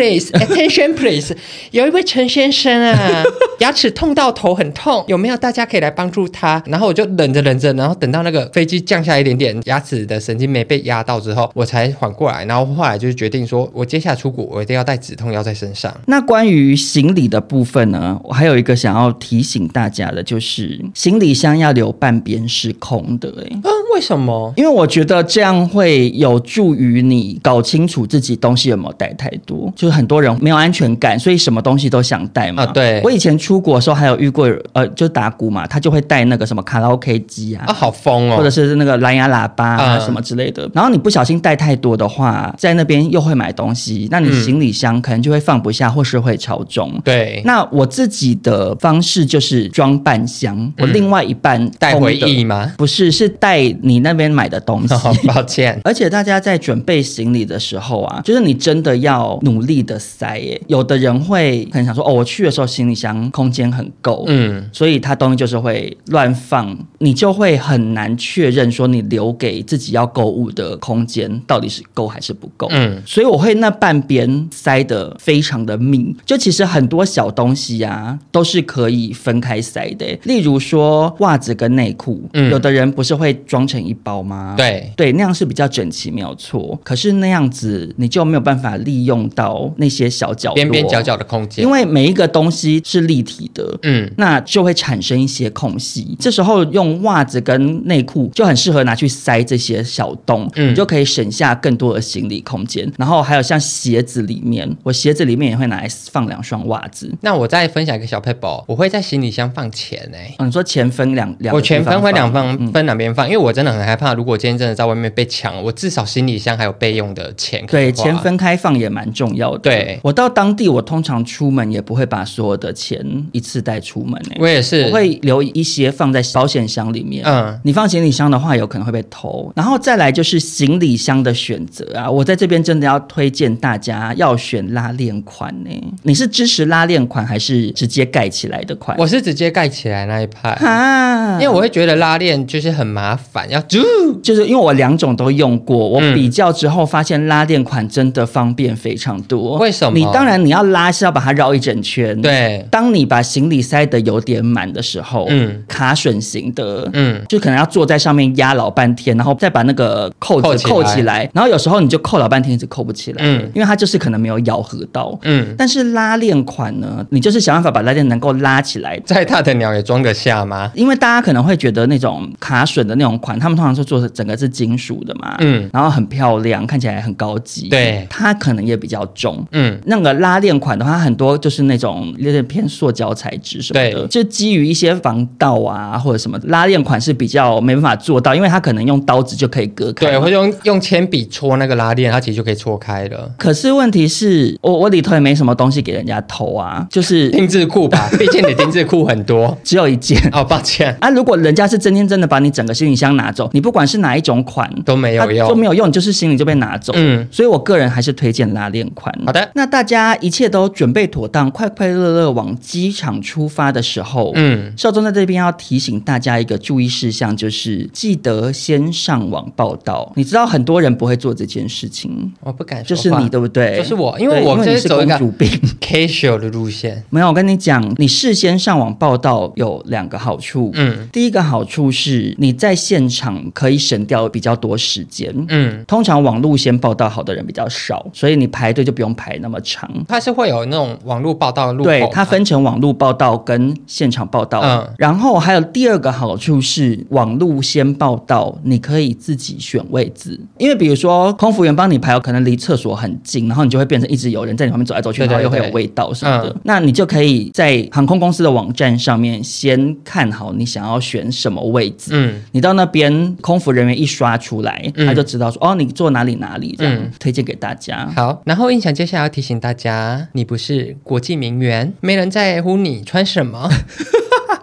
B: please，attention please，有一位陈先生啊，牙齿痛到头很痛，有没有大家可以来帮助他？然后我就忍着忍着，然后等到那个飞机降下一点点，牙齿的神经没被压到之后，我才缓
A: 啊
B: 过来。然后后来就是决定说，我接下来出国，我一定要带止痛药在身上。
A: 那关于行李的的部分呢，我还有一个想要提醒大家的，就是行李箱要留半边是空的、欸，
B: 嗯，为什么？
A: 因为我觉得这样会有助于你搞清楚自己东西有没有带太多，就是很多人没有安全感，所以什么东西都想带嘛。
B: 啊对
A: 我以前出国的时候还有遇过，呃，就打鼓嘛，他就会带那个什么卡拉 OK 机啊。
B: 啊，好疯哦！
A: 或者是那个蓝牙喇叭啊
B: 嗯
A: 什么之类的，然后你不小心带太多的话，在那边又会买东西，那你
B: 嗯
A: 行李箱可能就会放不下，或是会超重。
B: 对，
A: 那我自己的方式就是装半箱，我另外一半
B: 嗯带回
A: 空的
B: 忆吗？
A: 不是，是带你那边买的东西。
B: 哦， 抱歉，
A: 而且大家在准备行李的时候啊，就是你真的要努力的塞耶。有的人会很想说，哦，我去的时候行李箱空间很够，
B: 嗯，
A: 所以他东西就是会乱放，你就会很难确认说你留给自己要购物的空间到底是够还是不够。
B: 嗯，
A: 所以我会那半边塞的非常的密，就其实很多小东西啊都是可以分开塞的，例如说袜子跟内裤，
B: 嗯
A: 有的人不是会装成一包吗？。
B: 对，
A: 对，那样是比较整齐，没有错。可是那样子你就没有办法利用到那些小角落
B: 边边角角的空
A: 哦
B: 间，
A: 因为每一个东西是立体的，
B: 嗯，
A: 那就会产生一些空隙。这时候用袜子跟内裤就很适合拿去塞这些小洞，
B: 嗯
A: 你就可以省下更多的行李空间。然后还有像鞋子里面，我鞋子里面也会拿来放两双袜子。
B: 那我再分享一个小 paper，我会在行李箱放钱哎、
A: 哦，你说前分两两个
B: 我
A: 地方
B: 全
A: 放，
B: 分会两方
A: 嗯
B: 分两边放，因为我真的很害怕，如果今天真的在外面被抢，我至少行李箱还有备用的钱可以
A: 对，
B: 花。
A: 钱分开放也蛮重要的。
B: 对
A: 我到当地，我通常出门也不会把所有的钱一次带出门、欸。
B: 我也是，
A: 我会留一些放在保险箱里面。
B: 嗯
A: 你放行李箱的话，有可能会被偷。然后再来就是行李箱的选择啊，我在这边真的要推荐大家要选拉链款呢、你是支持拉链款还是直接盖起来的款？
B: 我是直接盖起来那一派，
A: 啊，
B: 因为我会觉得拉链就是很麻烦，要啾，
A: 就是因为我两种都用过，我比较之后发现拉链款真的方便非常多。
B: 为什么
A: 你当然你要拉是要把它绕一整圈。。
B: 对，
A: 当你把行李塞得有点满的时候，
B: 嗯
A: 卡榫型的，
B: 嗯
A: 就可能要坐在上面压老半天，然后再把那个扣
B: 扣
A: 子
B: 起来
A: 扣起来，然后有时候你就扣老半天一直扣不起来，
B: 嗯
A: 因为它就是可能没有咬合到。
B: 嗯，
A: 但是拉链款呢，你就是想办法把拉链能够拉起来。
B: 再大的鸟也装得下吗？
A: 因为大家可能会觉得那种卡榫的那种款，他们通常是做整个是金属的嘛，
B: 嗯
A: 然后很漂亮，看起来很高级，
B: 对
A: 它可能也比较重，
B: 嗯，
A: 那个拉链款的话，它很多就是那种有点偏塑胶材质什么的，
B: 对
A: 就基于一些防盗啊或者什么的，拉链款是比较没办法做到，因为它可能用刀子就可以割开。
B: 对，或者用用铅笔戳那个拉链，它其实就可以戳开了。
A: 可是问题是我我里头也没什么东西给人家偷 啊，就是
B: 丁字 裤吧，毕竟你丁字裤很多。
A: 只有一件。
B: 哦，抱歉，
A: 啊，如果人家是真天真的把你整个行李箱拿走，你不管是哪一种款
B: 都没有
A: 它就
B: 用
A: 没。有用，你就是行李就被拿走。
B: 嗯
A: 所以我个人还是推荐拉链款。
B: 好的
A: 那大家一切都准备妥当，快快乐乐往机场出发的时候，
B: 嗯，
A: 少宗在这边要提醒大家一个注意事项，就是记得先上网报道。你知道很多人不会做这件事情，
B: 我不敢
A: 就
B: 说
A: 是
B: 话
A: 你对不对？
B: 就是我，因为我
A: 对
B: 就
A: 你
B: 是
A: 是
B: 走一
A: 公
B: 个
A: 主病。
B: casual 的路线。
A: 没有，我跟你讲，你事先上网报道有两个好处。
B: 嗯
A: 第一个好处是你在现场可以省掉比较多时间。
B: 嗯，
A: 通常网路先报道好的人比较少，所以你排队就不用排那么长。
B: 它是会有那种网络报道的路口嘛，
A: 对，它分成网路报道跟现场报道。
B: 嗯
A: 然后还有第二个好处是，网路先报道，你可以自己选位置，因为比如说空服员帮你排，可能离厕所很近，然后你就会变成一直有人在你旁边走来走去，
B: 对对
A: 然后又会
B: 对
A: 有味道什么的。
B: 嗯
A: 那你就可以在航空公司的网站上面先看好你想要选什么位置。
B: 嗯，
A: 你到那边，空服人员一刷出来，
B: 嗯
A: 他就知道说，哦，你坐哪里哪里，这样、
B: 嗯
A: 推荐给大家。
B: 好，然后印象接下来要提醒大家，你不是国际 名媛，没人在乎你穿什么。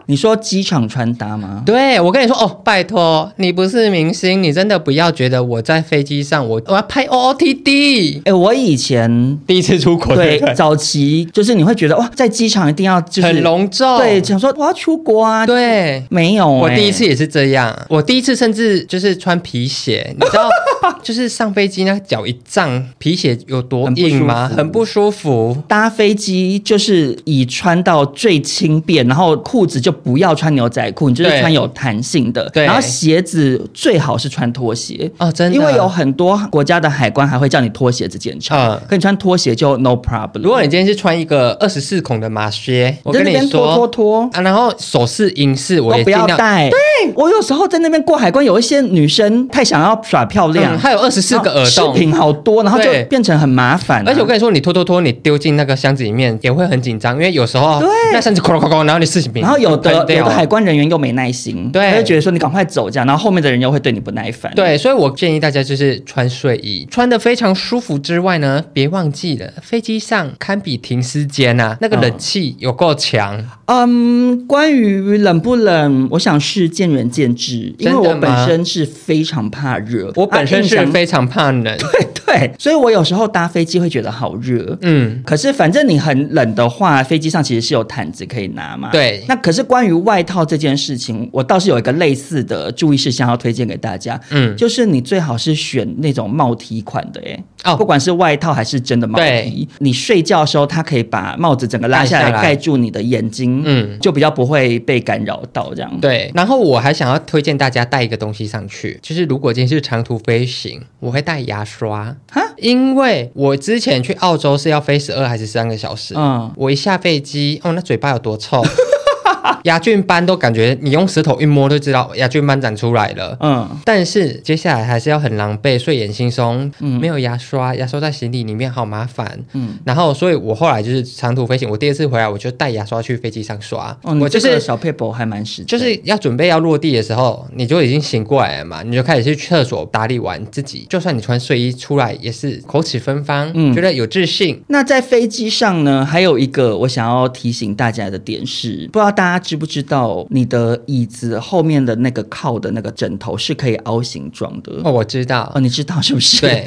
A: 你说机场穿搭吗？
B: 对我跟你说哦，拜托，你不是明星，你真的不要觉得我在飞机上我我要拍 OOTD。
A: 哎、我以前
B: 第一次出国，
A: 对
B: 对不，对
A: 早期就是你会觉得哇，在机场一定要就是
B: 很隆重，
A: 对，想说我要出国啊，，
B: 对，
A: 没有、
B: 我
A: 欸
B: 第一次。也是这样，我第一次甚至就是穿皮鞋， 你知道，就是上飞机那脚一胀，皮鞋有多硬吗？
A: 很
B: 很不舒服。
A: 搭飞机就是以穿到最轻便，然后裤子就不要穿牛仔裤，你就是
B: 对
A: 穿有弹性的。
B: 对
A: 然后鞋子最好是穿拖鞋。
B: 哦，真的，
A: 因为有很多国家的海关还会叫你脱鞋子检查，
B: 嗯
A: 可你穿拖鞋就 no problem。
B: 如果你今天是穿一个二十四孔的马靴，我
A: 在
B: 跟
A: 那
B: 你
A: 边拖拖
B: 说
A: 拖，
B: 啊，然后首饰、银饰我
A: 都
B: 也
A: 哦不
B: 尽
A: 要
B: 量。
A: 带。对，我有时候在那边过海关，有一些女生太想要耍漂亮，
B: 嗯，还有二十四个耳
A: 饰
B: 洞，
A: 品好多，然后就
B: 对
A: 变成很麻烦啊、
B: 而且我跟你说，你拖拖拖，你丢进那个箱子里面也会很紧张，因为有时候
A: 对
B: 那箱子哐哐哐哐，然后你事情
A: 然后有的
B: 喷掉
A: 有的海关人员又没耐心，
B: 对
A: 他就觉得说你赶快走这样，然后后面的人又会对你不耐烦。，
B: 对，所以我建议大家就是穿睡衣，穿的非常舒服之外呢，别忘记了飞机上堪比停尸间啊，
A: 哦
B: 那个冷气有够强，
A: 嗯，关于冷不冷，我想是见仁见智，因
B: 真
A: 为
B: 的
A: 我本
B: 吗
A: 身是非常怕热，
B: 我本身
A: 啊
B: 是
A: 印象
B: 非常怕冷，
A: 对对，所以我有时候搭飞机会觉得好热。
B: 嗯，
A: 可是，反正你很冷的话，飞机上其实是有毯子可以拿嘛。
B: 对
A: 那可是关于外套这件事情，我倒是有一个类似的注意事项要推荐给大家。
B: 嗯
A: 就是你最好是选那种帽提款的、欸，
B: 哦
A: 不管是外套还是真的帽提
B: 对，
A: 你睡觉的时候它可以把帽子整个拉下来
B: 盖下来
A: 盖住你的眼睛，
B: 嗯
A: 就比较不会被干扰到这样。，
B: 对，然后我还想要推荐大家带一个东西上去，就是如果今天是长途飞行，我会带牙刷
A: 哈，
B: 因为我之前去澳洲是要飞十二还是十三个小时，
A: 嗯
B: 我一下飞机，哦，那嘴巴有多臭， 牙菌斑都感觉你用舌头一摸就知道牙菌斑长出来了。
A: 嗯，
B: 但是接下来还是要很狼狈，睡眼惺忪，没有牙刷，牙刷在行李里面好麻烦。
A: 嗯
B: 然后所以我后来就是长途飞行，我第二次回来我就带牙刷去飞机上刷，
A: 哦，你
B: 我就
A: 这个
B: 是
A: 小配博还蛮实在，
B: 就是要准备要落地的时候，你就已经醒过来了嘛，你就开始去厕所打理完自己。就算你穿睡衣出来，也是口齿芬芳，
A: 嗯
B: 觉得有自信。
A: 那在飞机上呢，还有一个我想要提醒大家的点是，不知道大家知不知道，你的椅子后面的那个靠的那个枕头是可以凹形状的。
B: 哦，我知道
A: 哦，，你知道是不是？
B: 对，，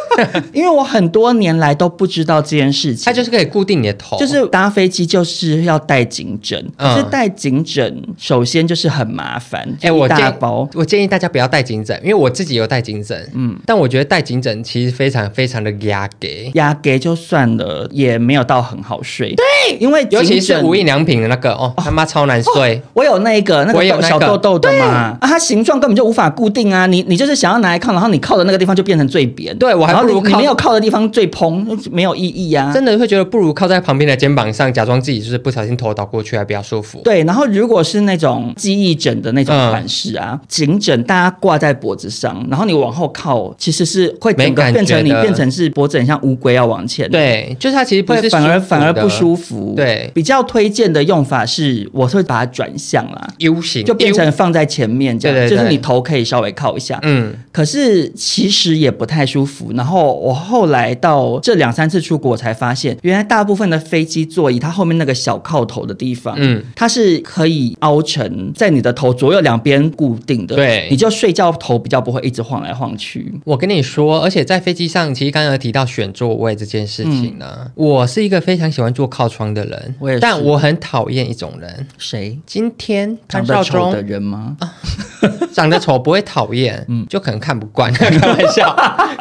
A: 因为我很多年来都不知道这件事情。
B: 它就是可以固定你的头，
A: 就是搭飞机就是要带颈枕，
B: 嗯
A: 可是带颈枕首先就是很麻烦，
B: 哎、
A: 一
B: 我
A: 大
B: 建
A: 包。
B: 我建议大家不要戴颈枕，因为我自己有戴颈枕，嗯，但我觉得戴颈枕其实非常非常的压给，
A: 压给就算了，也没有到很好睡。对，因为
B: 尤其
A: 颈
B: 是
A: 枕
B: 无印良品的那个，哦，他妈超难睡。
A: 我有那一个那
B: 我也有
A: 个
B: 那
A: 小
B: 个
A: 豆豆的嘛，啊，它形状根本就无法固定啊！你你就是想要拿来靠，然后你靠的那个地方就变成最扁，
B: 对我还
A: 然后
B: 不如
A: 你你
B: 靠
A: 没有靠的地方最蓬，没有意义啊。
B: 真的会觉得不如靠在旁边的肩膀上，假装自己就是不小心头倒过去，还比较舒服。
A: 对，然后如果是那种记忆枕的那种
B: 嗯
A: 款式啊，颈枕大家挂在脖子上，然后你往后靠，其实是会整
B: 没
A: 个
B: 感
A: 变成
B: 觉
A: 你
B: 的
A: 变成是脖子很像乌龟要往前，，
B: 对，就是它其实不
A: 会
B: 是
A: 反而反而不
B: 服
A: 舒服。
B: 对
A: 比较推荐的用法是，我会把它转向啦，
B: 的 U 型，
A: 就变
B: U-
A: 成放在前面这样，
B: 对对
A: 就是
B: 对
A: 你头可以稍微靠一下，
B: 嗯，
A: 可是其实也不太舒服。然后我后来到这两三次出国，我才发现原来大部分的飞机座椅它后面那个小靠头的地方，嗯
B: 嗯，
A: 它是可以凹成在你的头左右两边固定的，
B: 对
A: 你就睡觉头比较不会一直晃来晃去。
B: 我跟你说，而且在飞机上，其实刚刚有提到选座位这件事情呢、我是一个非常喜欢坐靠窗的人，
A: 嗯我也是
B: 但我很讨厌一种人。
A: 谁
B: 今天潘
A: 长得
B: 少
A: 丑
B: 忠
A: 的人嗯吗？
B: 长得丑不会讨厌，就可能看不惯，开玩 笑，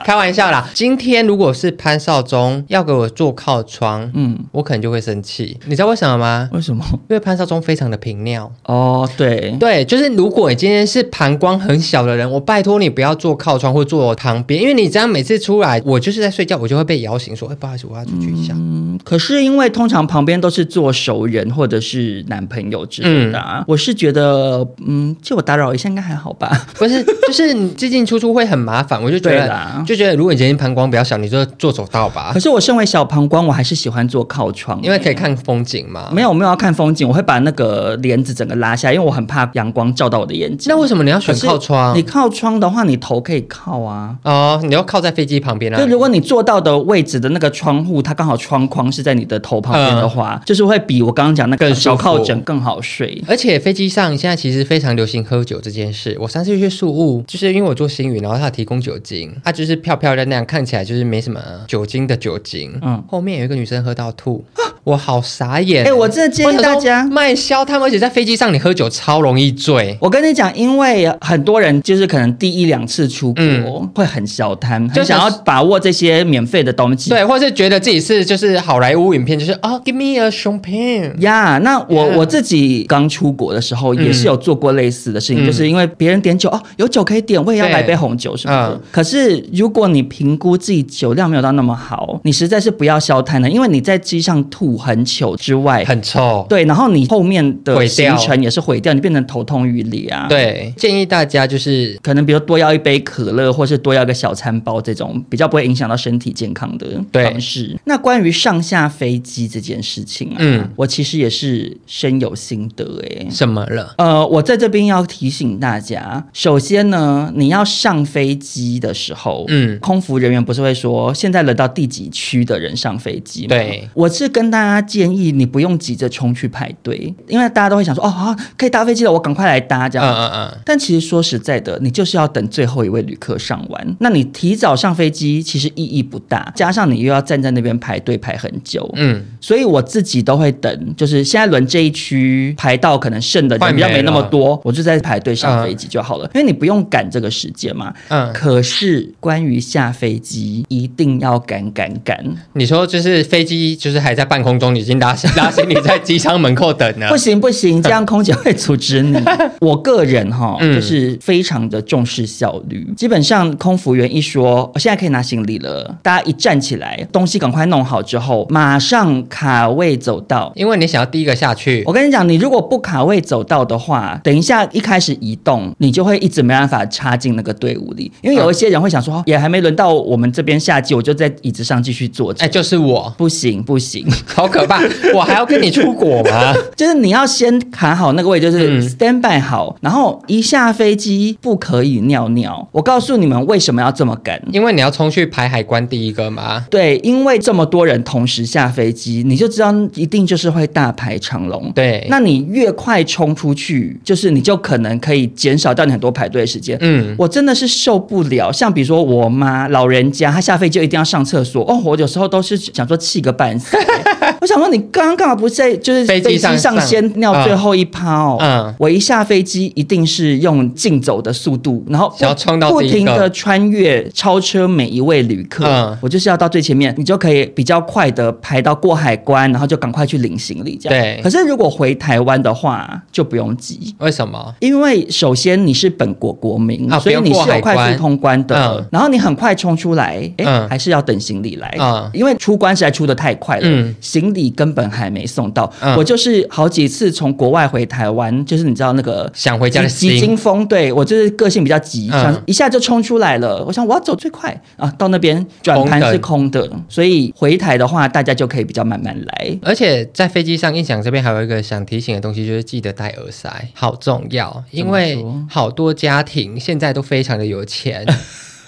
B: 开玩笑啦。今天如果是潘少忠要给我坐靠窗，
A: 嗯，
B: 我可能就会生气，你知道为什么吗？
A: 为什么？
B: 因为潘少忠非常的平尿。
A: 哦，对，
B: 对，就是如果你今天是膀胱很小的人，我拜托你不要坐靠窗或坐旁边，因为你这样每次出来，我就是在睡觉，我就会被摇醒，说，哎、不好意思，我要出去一下。
A: 嗯，可是因为通常旁边都是做熟人或者是男朋友之类的、
B: 嗯
A: 啊，我是觉得，嗯，借我打扰一下应该还好吧。
B: 不是，就是你进进出出会很麻烦，我就觉
A: 对
B: 得
A: 啦，
B: 就觉得如果你今天膀胱比较小，你就坐走道吧
A: 可，是我身为小膀胱，我还是喜欢坐靠窗，
B: 啊因为可以看风景嘛。
A: 没有我没有要看风景，我会把那个帘子整个拉下来，因为我很怕阳光照到我的眼睛。
B: 那为什么你要选靠窗
A: 你？靠窗的话，你头可以靠啊。
B: 哦，你要靠在飞机旁边啊
A: 就。如果你坐到的位置的那个窗户，它刚好窗框是在你的头旁边的
B: 嗯
A: 话，就是会比我刚刚讲那个
B: 更舒服
A: 小靠枕更好睡。
B: 而且飞机上现在其实非常流行喝酒这件事。我上次去宿务，就是因为我做新宇，然后他有提供酒精，他就是漂漂亮亮量看起来就是没什么酒精的酒精，
A: 嗯
B: 嗯，后面有一个女生喝到吐，我好傻眼。
A: 哎我真的建议大家
B: 我想说卖销他们，而且在飞机上你喝酒超容易醉。
A: 我跟你讲，因为很多人就是可能第一两次出国、
B: 嗯
A: 会很小贪，
B: 就
A: 很
B: 是
A: 想要把握这些免费的东西。
B: 对，或是觉得自己是就是好莱坞影片，就是啊、g i v e me a champagne，
A: 呀那我
B: Yeah
A: 我自己刚出国的时候也是有做过类似的事情，
B: 嗯
A: 就是因为别人点酒哦，有酒可以点，我也要
B: 对
A: 来杯红酒什么的
B: 嗯。
A: 可是如果你评估自己酒量没有到那么好，你实在是不要消贪了，因为你在机上吐很糗之外，
B: 很臭。
A: 对，然后你后面的
B: 毁
A: 行
B: 掉
A: 程也是毁掉，你变成头痛欲裂啊。。
B: 对，建议大家就是
A: 可能比如多要一杯可乐，或是多要一个小餐包这种比较不会影响到身体健康的
B: 对
A: 方式。那关于上下飞机这件事情啊，
B: 嗯
A: 我其实也是深有心得诶、
B: 什么了？
A: 呃，我在这边要提醒大家，首先呢，你要上飞机的时候，
B: 嗯
A: 空服人员不是会说现在轮到第几区的人上飞机吗？
B: 对，
A: 我是跟大家建议你不用急着冲去排队，因为大家都会想说，哦，好、可以搭飞机了，我赶快来搭这
B: 嗯
A: 样。
B: 嗯嗯，
A: 但其实说实在的，你就是要等最后一位旅客上完，那你提早上飞机其实意义不大，加上你又要站在那边排队排很久。
B: 嗯，
A: 所以我自己都会等，就是现在轮这一区排到可能剩的
B: 快
A: 人
B: 没
A: 比较没那么
B: 了
A: 多，我就在排队上飞机就好了，因为你不用赶这个时间嘛。
B: 嗯
A: 可是关于下飞机，一定要赶赶赶，
B: 你说就是飞机就是还在半空中，已经拉 拉行李在机舱门口等了
A: 不。行不行，这样空姐会阻止 你。我个人哈，
B: 嗯
A: 就是非常的重视效率。基本上空服员一说哦我现在可以拿行李了，大家一站起来，东西赶快弄好之后，马上卡位走到。
B: 因为你想要第一个下去
A: 我，跟你讲，你如果不卡位走到的话，等一下一开始移动，你就会一直没办法插进那个队伍里，因为有一些人会想说，哦也还没轮到我们这边下机，我就在椅子上继续坐着。
B: 哎，就是我，
A: 不行不行，
B: 好可怕！我还要跟你出国吗？
A: 就是你要先卡好那个位，就是 stand by 好，然后一下飞机不可以尿尿。我告诉你们为什么要这么赶。
B: 因为你要冲去排海关第一个嘛。
A: 对，因为这么多人同时下飞机，你就知道一定就是会大排长龙。
B: 对，
A: 那你越快冲出去，就是你就可能可以减少掉你很多排队的时间。
B: 嗯，
A: 我真的是受不了，像比如说我妈老人家，她下飞机就一定要上厕所哦，我有时候都是想说气个半 死、欸我想说你刚刚干嘛不在就是
B: 飞机
A: 飞机
B: 上
A: 上先尿最后一泡、哦？
B: 嗯
A: 我一下飞机一定是用竞走的速度，然后不
B: 想要冲到
A: 不
B: 第一个
A: 停的穿越超车每一位旅客、
B: 嗯
A: 我就是要到最前面，你就可以比较快的排到过海关，然后就赶快去领行李这样。
B: 对
A: 可是如果回台湾的话，就不用急。
B: 为什么？
A: 因为首先你是本国国民，
B: 啊
A: 所以
B: 不用
A: 你
B: 过
A: 是有
B: 海
A: 快速
B: 关
A: 通关的，
B: 嗯
A: 然后你很快冲出来，哎、
B: 嗯
A: 还是要等行李来，
B: 嗯
A: 因为出关实在出的太快了，
B: 嗯
A: 行李根本还没送到。
B: 嗯
A: 我就是好几次从国外回台湾，就是你知道那个。
B: 想回家的
A: 急急惊
B: 心，
A: 风，对我就是个性比较急，
B: 嗯
A: 想一下就冲出来了。我想我要走最快啊，到那边转盘
B: 红
A: 是
B: 灯
A: 空的，所以回台的话，大家就可以比较慢慢来。
B: 而且在飞机上，印象这边还有一个想提醒的东西，就是记得戴耳塞，好重要。因为好多家庭现在都非常的 有钱，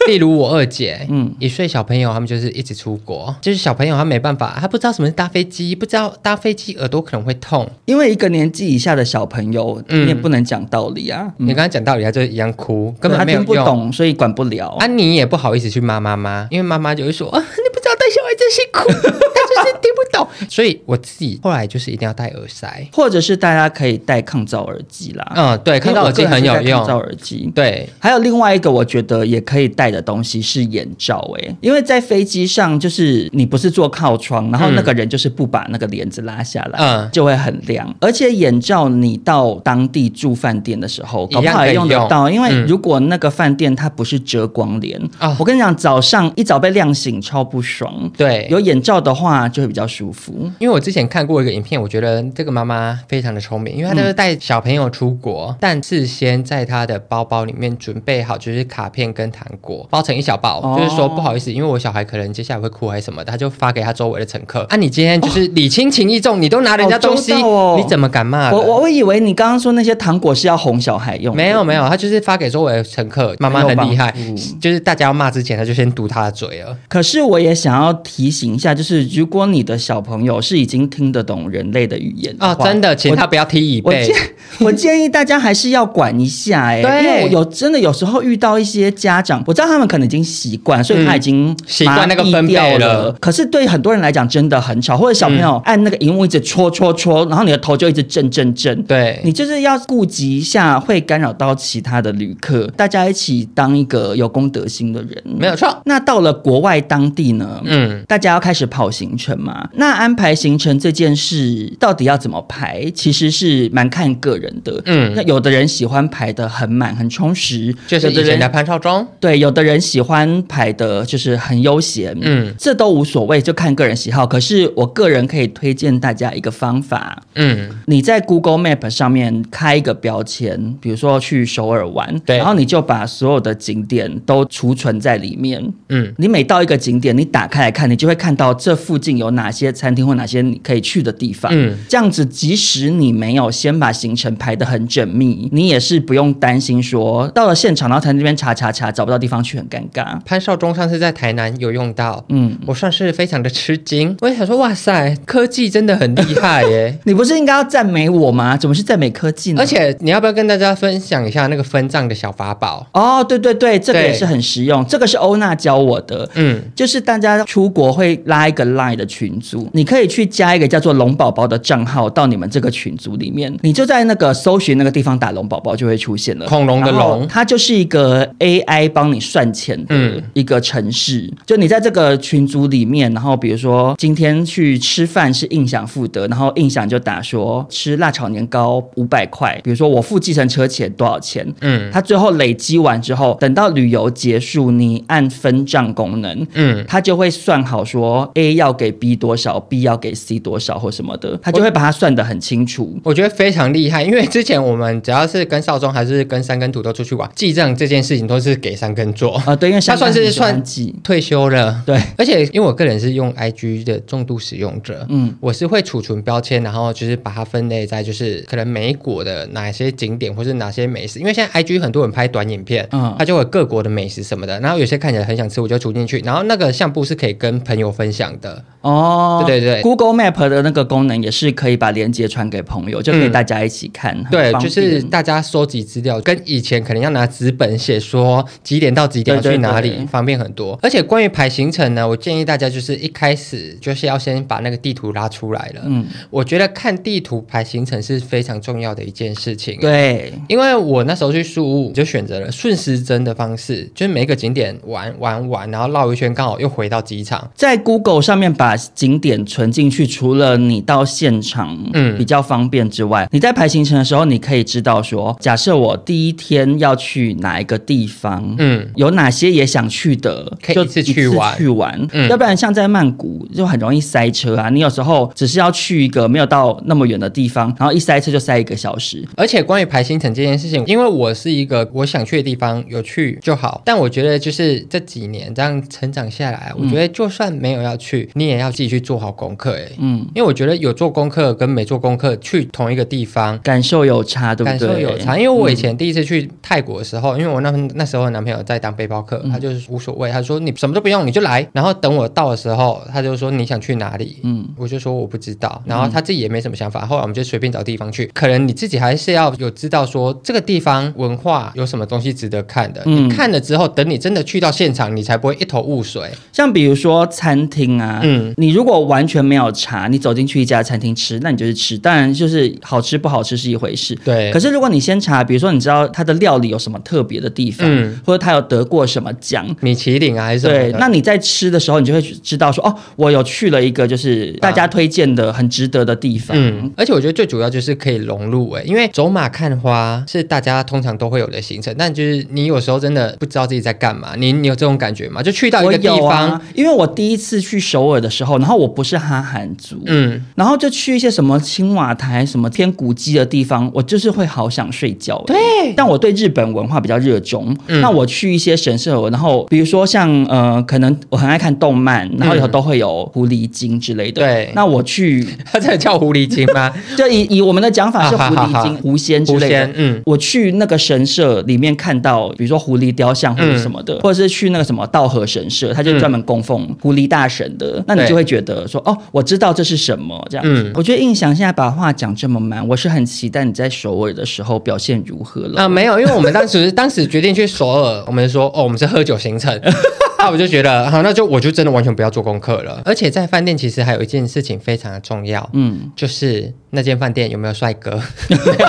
B: 例如我二姐，
A: 嗯
B: 嗯，一岁小朋友他们就是一直出国，就是小朋友他没办法，他不知道什么是搭飞机，不知道搭飞机耳朵可能会痛。
A: 因为一个年纪以下的小朋友，
B: 嗯
A: 你也不能讲道理啊。嗯
B: 你刚刚讲道理，他就一样哭，根
A: 对
B: 本没有
A: 他听不
B: 用。
A: 懂，所以管不了。
B: 啊，你也不好意思去骂妈妈，因为妈妈就会说啊，你不知道带小孩真辛苦， 他就是听不懂。所以我自己后来就是一定要戴耳塞。
A: 或者是大家可以戴抗噪耳机啦，
B: 嗯，对，看到耳机很有
A: 啊因为我个人是戴抗噪
B: 用。
A: 耳机。
B: 对，
A: 还有另外一个，我觉得也可以戴的东西是眼罩、欸，因为在飞机上，就是你不是坐靠窗，然后那个人就是不把那个帘子拉下来，
B: 嗯
A: 就会很亮。而且眼罩你到当地住饭店的时候，搞
B: 一
A: 不
B: 样
A: 好
B: 可
A: 也
B: 以
A: 用得
B: 用
A: 到，因为
B: 嗯
A: 如果那个饭店它不是遮光帘，
B: 啊
A: 我跟你讲，早上一早被亮醒超不爽，
B: 对
A: 有眼罩的话就会比较舒服。
B: 因为我之前看过一个影片，我觉得这个妈妈非常的聪明，因为她
A: 嗯
B: 就是带小朋友出国，但事先在她的包包里面准备好就是卡片跟糖果，包成一小包，
A: 哦
B: 就是说不好意思，因为我小孩可能接下来会哭还是什么的，她就发给她周围的乘客。啊，你今天就是礼轻情意重，你都拿人家
A: 好周
B: 东西，
A: 到哦
B: 你怎么敢骂人？
A: 我我我以为你刚刚说那些糖果是要哄小孩用的，
B: 啊没有没有，他就是发给周围的乘客，妈妈
A: 没有
B: 很
A: 帮
B: 厉害
A: 助，
B: 就是大家要骂之前，他就先堵他的嘴了。
A: 可是我也想要提醒一下，就是如果你你的小朋友是已经听得懂人类的语言
B: 啊、
A: 话
B: 真的，请
A: 我
B: 他不要踢椅
A: 我
B: 背
A: 建。 我建议大家还是要管一下哎、
B: 对
A: 因为我有真的有时候遇到一些家长，我知道他们可能已经习惯，所以他已经
B: 嗯习惯那个
A: 麻
B: 分
A: 痹
B: 贝
A: 掉
B: 了
A: 可是对很多人来讲真的很吵，或者小朋友
B: 嗯
A: 按那个荧幕一直戳戳戳，然后你的头就一直震震震。
B: 对，
A: 你就是要顾及一下，会干扰到其他的旅客，大家一起当一个有公德心的人。
B: 没有错。
A: 那到了国外当地呢？
B: 嗯，
A: 大家要开始跑行程嘛？那安排行程这件事到底要怎么排，其实是蛮看个人的。
B: 嗯
A: 那有的人喜欢排的很满很充实，
B: 就是
A: 有
B: 以
A: 的
B: 前的
A: 人
B: 潘少忠。
A: 对，有的人喜欢排的就是很悠闲，
B: 嗯
A: 这都无所谓，就看个人喜好。可是我个人可以推荐大家一个方法，
B: 嗯，
A: 你在 Google Map 上面开一个标签，比如说去首尔玩，
B: 对
A: 然后你就把所有的景点都储存在里面。
B: 嗯，
A: 你每到一个景点，你打开来看，你就会看到这附近有哪些餐厅或哪些你可以去的地方。
B: 嗯
A: 这样子，即使你没有先把行程排得很缜密，你也是不用担心说到了现场，然后才那边查查查找不到地方去，很尴尬。
B: 潘少忠上次在台南有用到，
A: 嗯，！
B: 我算是非常的吃惊。我也想说，哇塞，科技真的很厉害耶
A: 你不是应该要赞美我吗？怎么是赞美科技呢？
B: 而且你要不要跟大家分享一下那个分账的小法宝？
A: 哦，对对对，这个
B: 对
A: 也是很实用，这个是欧娜教我的。
B: 嗯，
A: 就是大家出国会拉一个 Line 的群组，你可以去加一个叫做“龙宝宝”的账号到你们这个群组里面，你就在那个搜寻那个地方打“龙宝宝”就会出现了。
B: 恐龙的
A: 然后
B: 龙
A: 它就是一个 AI 帮你算钱的
B: 嗯
A: 一个城市。就你在这个群组里面，然后比如说今天去吃饭是印象付的，然后印象就打说吃辣炒年糕五百块，比如说我付计程车钱多少钱，
B: 嗯
A: 它最后累积完之后，等到旅游结束，你按分账功能，
B: 嗯，
A: 它就会算好说 A 要给 B 多少，B 要给 C 多少或什么的，它就会把它算得很清楚。
B: 我觉得非常厉害，因为之前我们只要是跟少忠还是跟三根土豆出去玩，记账这件事情都是给三根做。
A: 啊、对，因为
B: 他算
A: 香港
B: 是
A: 很喜欢
B: 算
A: 记，
B: 退休了，
A: 对，
B: 而且因为我个人是用 IG 的重度使用者，
A: 嗯
B: 嗯，我是会储存标签，然后就是把它分类在就是可能美国的哪些景点或是哪些美食，因为现在 IG 很多人拍短影片，
A: 嗯
B: 嗯，它就会有各国的美食什么的，然后有些看起来很想吃，我就储进去，然后那个相簿是可以跟朋友分享的，
A: 哦，
B: 对对对
A: Google Map 的那个功能也是可以把链接传给朋友，就可以
B: 嗯
A: 大家一起看，很
B: 对，
A: 方
B: 就
A: 便
B: 是大家收集资料，跟以前可能要拿纸本写说几点到几点要
A: 对对
B: 去哪里，
A: 对
B: 方便很多。而且关于排行程呢，我建议大家就是一开始就是要先把那个地图拉出来了。
A: 嗯，
B: 我觉得看地图排行程是非常重要的一件事情。。
A: 对，
B: 因为我那时候去宿务就选择了顺时针的方式，就是每个景点玩玩玩，然后绕一圈，刚好又回到机场。
A: 在 Google 上面把景点存进去，除了你到现场
B: 嗯
A: 比较方便之外，你在排行程的时候，你可以知道说，假设我第一天要去哪一个地方，
B: 嗯，
A: 有哪些也想去的，
B: 可以
A: 就
B: 一次
A: 一次
B: 去玩
A: 去玩，
B: 嗯
A: 要不然像在曼谷就很容易塞车啊。你有时候只是要去一个没有到那么远的地方，然后一塞车就塞一个小时。
B: 而且关于排行程这件事情，因为我是一个我想去的地方有去就好，但我觉得就是这几年这样成长下来，我觉得就算没有要去，你也要自己去做好功课、欸。
A: 嗯，
B: 因为我觉得有做功课跟没做功课去同一个地方。
A: 感受有差，对
B: 感
A: 不对？嗯
B: 受有差，因为我以前第一次去泰国的时候，因为我那那时候的男朋友在当背包客，
A: 嗯
B: 他就是无所谓，他说你什么都不用，你就来。然后等我到的时候，他就说你想去哪里，
A: 嗯
B: 我就说我不知道，然后他自己也没什么想法，后来我们就随便找地方去。可能你自己还是要有知道说这个地方文化有什么东西值得看的。
A: 嗯
B: 你看了之后，等你真的去到现场，你才不会一头雾水。
A: 像比如说餐厅啊，
B: 嗯
A: 你如果完全没有查，你走进去一家餐厅吃，那你就是吃，当然就是好吃不好吃是一回事。
B: 对
A: 可是如果你先查，比如说你知道它的料理有什么特别的地方，
B: 嗯
A: 或者它有得过什么奖。
B: 米其林啊还是什么
A: 对
B: 的，
A: 那你在吃的时候，你就会知道说，哦，我有去了一个就是大家推荐的很值得的地方。
B: 嗯，而且我觉得最主要就是可以融入诶、因为走马看花是大家通常都会有的行程，但就是你有时候真的不知道自己在干嘛，你你有这种感觉吗？就去到一
A: 我
B: 个地
A: 有
B: 方，
A: 啊，因为我第一次去首尔的时候，然后我不是哈韩族，
B: 嗯，
A: 然后就去一些什么青瓦台、什么天古迹的地方，我就是会好想睡觉、欸。对，但我对日本文化比较热衷。那我去一些神社，然后比如说像呃，可能我很爱看动漫，然后有都会有狐狸精之类的。
B: 对
A: 那我去
B: 他真的叫狐狸精 吗？
A: 就以以我们的讲法是
B: 啊
A: 狐
B: 哈哈
A: 狸
B: 哈
A: 精、狐仙之
B: 狐
A: 类的
B: 仙。嗯
A: 我去那个神社里面看到，比如说狐狸雕
B: 嗯
A: 像或者什么的，或者是去那个什么道和神社，他就专门供奉狐狸大神的，那你就会觉得说，哦，我知道这是什么这样子。
B: 嗯
A: 我觉得印象现在把话讲这么满，我是很期待你在首尔的时候表现如何了。
B: 啊、没有，因为我们当时当时决定去首尔，我们说哦，我们是喝酒 行程。啊那我就觉得，好，那就我就真的完全不要做功课了。而且在饭店，其实还有一件事情非常的重要，
A: 嗯，
B: 就是那间饭店有没有帅哥？ 没有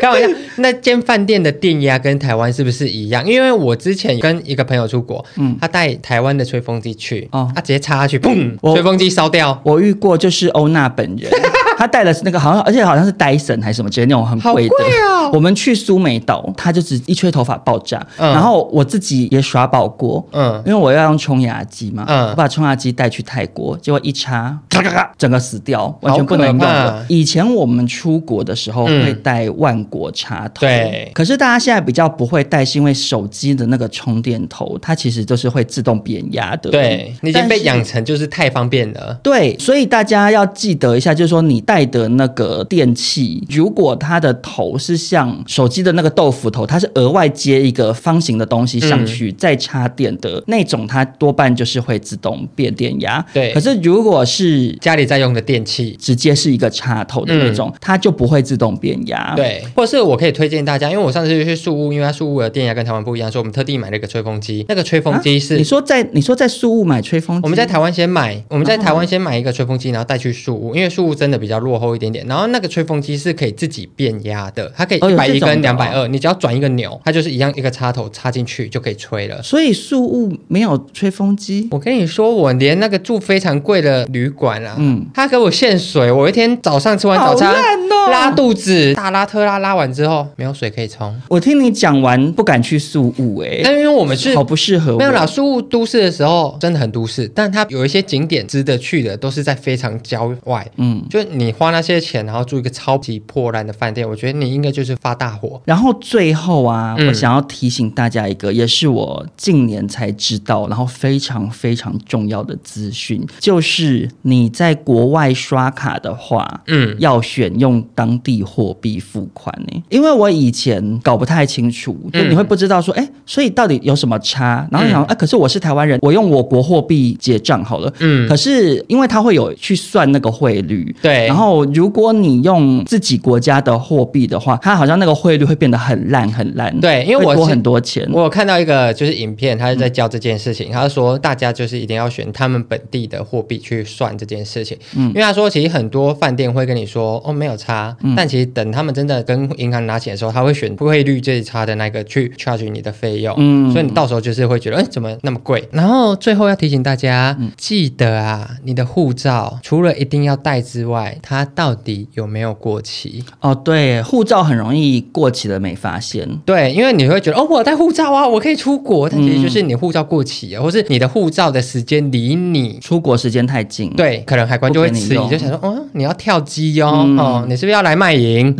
B: 开玩笑，那间饭店的电压跟台湾是不是一样？因为我之前跟一个朋友出国，
A: 嗯
B: 他带台湾的吹风机去，
A: 哦
B: 他直接插下去，砰，
A: 我
B: 吹风机烧掉，
A: 我遇过就是欧娜本 人，她带的是那个好像，而且好像是戴森还是什么之类那种很贵的。
B: 好贵哦
A: 我们去苏梅岛，她就只一吹头发爆炸，
B: 嗯
A: 然后我自己也耍宝锅。
B: 嗯，
A: 因为我要用冲牙机嘛，
B: 嗯
A: 我把冲牙机带去泰国，结果一插，咔咔咔，整个死掉，完全不能用
B: 好可怕
A: 了。以前我们出国的时候
B: 嗯
A: 会带万国插头，
B: 对
A: 可是大家现在比较不会带，是因为手机的那个充电头，它其实就是会自动变压的。
B: 对你已经
A: 但
B: 被
A: 是
B: 养成就是太方便了。
A: 对，所以大家要记得一下，就是说你带的那个电器，如果它的头是像手机的那个豆腐头，它是额外接一个方形的东西上去、再插电的那种，它多半就是会自动变电压。
B: 对
A: 可是如果是
B: 家里在用的电器，
A: 直接是一个插头的那种，它就不会自动变压。。
B: 嗯
A: 啊
B: 对，或是我可以推荐大家，因为我上次去宿务，因为它宿务的电啊压跟台湾不一样，所以我们特地买了一个吹风机。那个吹风机是、
A: 啊、你说在你说在宿务买吹风机，
B: 我们在台湾先买，我们在台湾先买一个吹风机，然后带去树屋，因为树屋真的比较落后一点点。然后那个吹风机是可以自己变压的，它可以
A: 哦
B: 一
A: 有
B: 百一
A: 这
B: 跟
A: 种的
B: 两
A: 哦
B: 百二，你只要转一个钮，它就是一样一个插头插进去就可以吹了。
A: 所以宿务没有吹风机。
B: 我跟你说，我连那个住非常贵的旅馆啊，
A: 嗯
B: 他给我限水。我一天早上吃完早餐
A: 好烂哦
B: 拉肚子，大拉特拉拉完之后没有水可以冲。
A: 我听你讲完，不敢去宿务哎、
B: 但因为我们是
A: 好不适合我。
B: 没有啦，宿务都市的时候真的很都市，但它有一些景点值得去的，都是在非常郊外。
A: 嗯，
B: 就你花那些钱，然后住一个超级破烂的饭店，我觉得你应该就是发大火。
A: 然后最后啊，
B: 嗯
A: 我想要提醒大家一个，也是我近年才知道，然后非常非常重要的资讯，就是你在国外刷卡的话。
B: 嗯，
A: 要选用当地货币付款呢、因为我以前搞不太清楚，就
B: 嗯
A: 你会不知道说，哎、所以到底有什么差？然后你想，
B: 嗯
A: 哎、可是我是台湾人，我用我国货币结账好了。
B: 嗯
A: 可是因为它会有去算那个汇率，
B: 对
A: 然后如果你用自己国家的货币的话，它好像那个汇率会变得很烂很烂，
B: 对因为我
A: 会多
B: 是
A: 很多钱。嗯
B: 我有看到一个就是影片，他就在教这件事情。他说大家就是一定要选他们本地的货币去算这件事情，
A: 嗯
B: 因为他说其实很多饭店会跟你说哦没有差，
A: 嗯
B: 但其实等他们真的跟银行拿钱的时候，他会选汇率最差的那个去 charge 你的费用，
A: 嗯
B: 所以你到时候就是会觉得哎怎么那么贵。然后最后要提醒大家，
A: 嗯
B: 记得啊，你的护照除了一定要带之外，它到底有没有过期？
A: 哦，对，护照很容易过期了没发现。
B: 对，因为你会觉得哦，我有带护照啊，我可以出国，但其
A: 嗯
B: 实就是你护照过期了，或是你的护照的时间离你。
A: 出国时间太近，，
B: 对，可能海关就会
A: 不给你
B: 迟疑，
A: 用嗯
B: 就想说，哦，你要跳机哦，哦，你是不是要来 卖淫？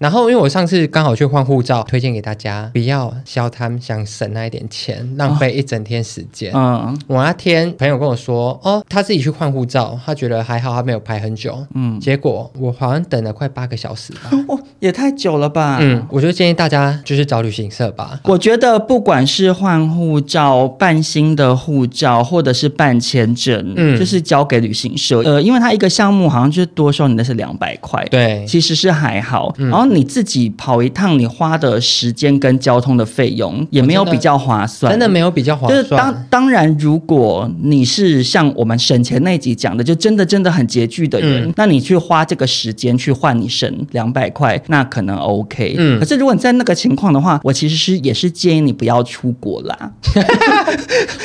B: 然后，因为我上次刚好去换护照，推荐给大家，不要消贪，想省那一点钱，浪费一整天时间。
A: 嗯，
B: 我那天朋友跟我说，哦，他自己去换护照，他觉得还好，他没有排很久。嗯，结果我好像等了快八个小时 吧。
A: 哦，也太久了吧？
B: 嗯，我就建议大家就是找旅行社吧。
A: 我觉得不管是换护照、办新的护照，或者是办签证，
B: 嗯
A: 就是交给旅行社，呃，因为它一个项目好像就是多收你的是两百块，
B: 对，嗯
A: 其实是还好。然后你自己跑一趟，你花的时间跟交通的费用也没有
B: 哦真的
A: 比较划算，
B: 真的没有比较划
A: 就
B: 算。
A: 是当当然，如果你是像我们省钱那集讲的，就真的真的很拮据的人，
B: 嗯
A: 那你去花这个时间去换你省两百块，那可能 OK。
B: 嗯
A: 可是如果你在那个情况的话，我其实是也是建议你不要出国啦，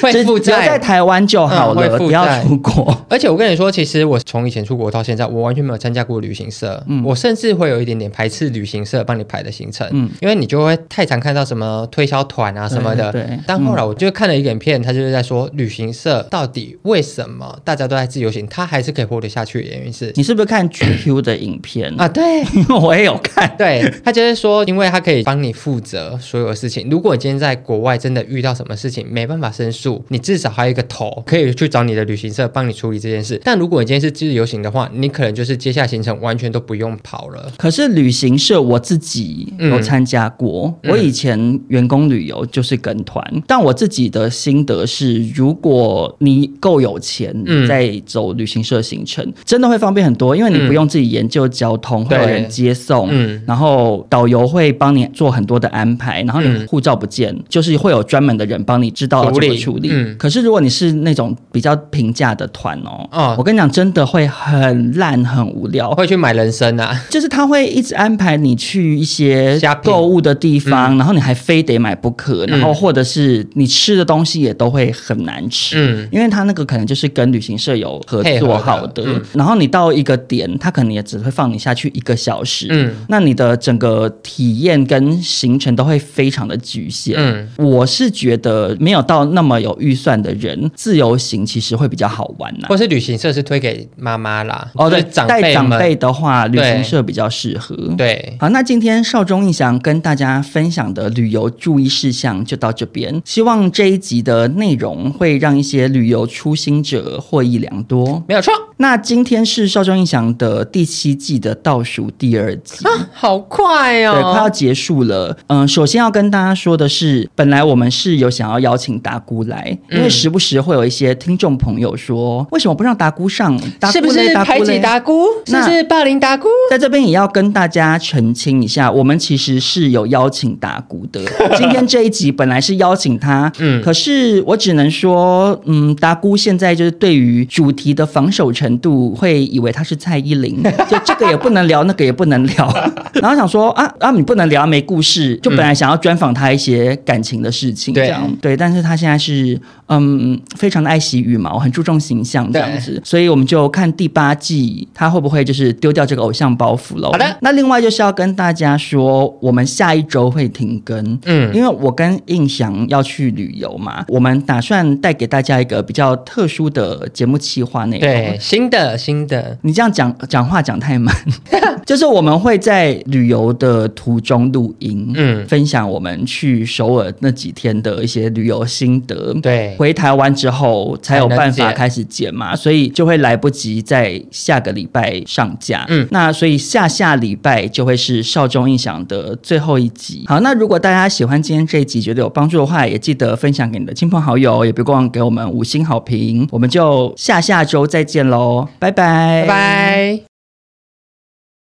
B: 会
A: 只
B: 负
A: 只要在
B: 债。
A: 台湾就好
B: 嗯会
A: 了，
B: 负
A: 不
B: 债
A: 要出国。
B: 而且我跟你说，其实我从以前出国到现在，我完全没有参加过旅行社，我甚至会有一点点排斥旅行社帮你排的行程，
A: 嗯
B: 因为你就会太常看到什么推销团啊什么的。
A: 对对
B: 但后来我就看了一个影片，他就是在说旅行社到底为什么大家都在自由行，他还是可以活得下去的原因是
A: 你是不是看 GQ 的影片
B: 啊，？对，
A: 因为我也有看。
B: 对他就是说，因为他可以帮你负责所有的事情。如果你今天在国外真的遇到什么事情没办法申诉，你至少还有一个头可以去找你的旅行社帮你处理这件事。但如果你今天是自由行的话，你可能就是接下来行程完全都不用跑了。
A: 可是旅行旅行社我自己有参加过，
B: 嗯
A: 我以前员工旅游就是跟团，但我自己的心得是，如果你够有钱，
B: 嗯
A: 你再走旅行社行程，真的会方便很多，因为你不用自己研究交通，会有
B: 嗯对
A: 人接送，
B: 嗯
A: 然后导游会帮你做很多的安排，然后你
B: 嗯
A: 护照不见，就是会有专门的人帮你知道要怎么
B: 处
A: 处
B: 理
A: 理。
B: 嗯
A: 可是如果你是那种比较平价的团哦，
B: 哦
A: 我跟你讲，真的会很烂很无聊
B: 我。会去买人参啊，
A: 就是他会一直安排你去一些
B: 虾嗯皮
A: 购物的地方，然后你还非得买不可，然后或者是你吃的东西也都会很难吃，
B: 嗯
A: 因为他那个可能就是跟旅行社有合
B: 配合
A: 作
B: 的
A: 好的，
B: 嗯
A: 然后你到一个点，他可能也只会放你下去一个小时，
B: 嗯
A: 那你的整个体验跟行程都会非常的局限。
B: 嗯，
A: 我是觉得没有到那么有预算的人，自由行其实会比较好玩呐、
B: 或是旅行社是推给妈妈啦，
A: 哦，对，
B: 就是长
A: 带
B: 辈
A: 长
B: 们，
A: 辈的话，旅
B: 对
A: 行社比较适合。
B: 对，
A: 好，那今天少中印象跟大家分享的旅游注意事项就到这边，希望这一集的内容会让一些旅游初心者获益良多。
B: 没有错
A: 那今天是少中印象的第七季的倒数第二集。
B: 啊，好
A: 对，
B: 快
A: 快要
B: 哦，
A: 结束了。嗯，首先要跟大家说的是，本来我们是有想要邀请达姑来，因为
B: 嗯
A: 时不时会有一些听众朋友说，为什么不让达姑上？达姑
B: 是不
A: 嘞
B: 是
A: 达
B: 排
A: 姑
B: 挤
A: 嘞
B: 达姑？是
A: 那
B: 不是霸凌达姑？
A: 在这边也要跟大家澄清一下，我们其实是有邀请达姑 的。今天这一集本来是邀请他，
B: 嗯
A: 可是我只能说，嗯，达姑现在就是对于主题的防守程度，会以为她是蔡依 林，就这个也不能聊，那个也不能聊。然后想说啊啊，你不能聊，没故事。就本来想要专访她一些感情的事情，
B: 对
A: 这样对，但是她现在是嗯，非常的爱惜羽毛，很注重形象这样子，所以我们就看第八季他会不会就是丢掉这个偶像包袱喽。
B: 好的
A: 那另外就是要跟大家说，我们下一周会停更，
B: 嗯
A: 因为我跟印翔要去旅游嘛，我们打算带给大家一个比较特殊的节目企划内容。
B: 对，新的新的，
A: 你这样讲讲话讲太 慢，就是我们会在旅游的途中录音，
B: 嗯
A: 分享我们去首尔那几天的一些旅游心得，
B: 对
A: 回台湾之后才有办
B: 才能
A: 法
B: 剪
A: 开始剪嘛，所以哎就会来不及在下个礼拜上架，
B: 嗯
A: 那所以下下礼拜就会是少中印象的最后一集。好，那如果大家喜欢今天这一集，觉得有帮助的话，也记得分享给你的亲朋好友，也别忘给我们五星好评，我们就下下周再见喽，拜拜，
B: 拜拜。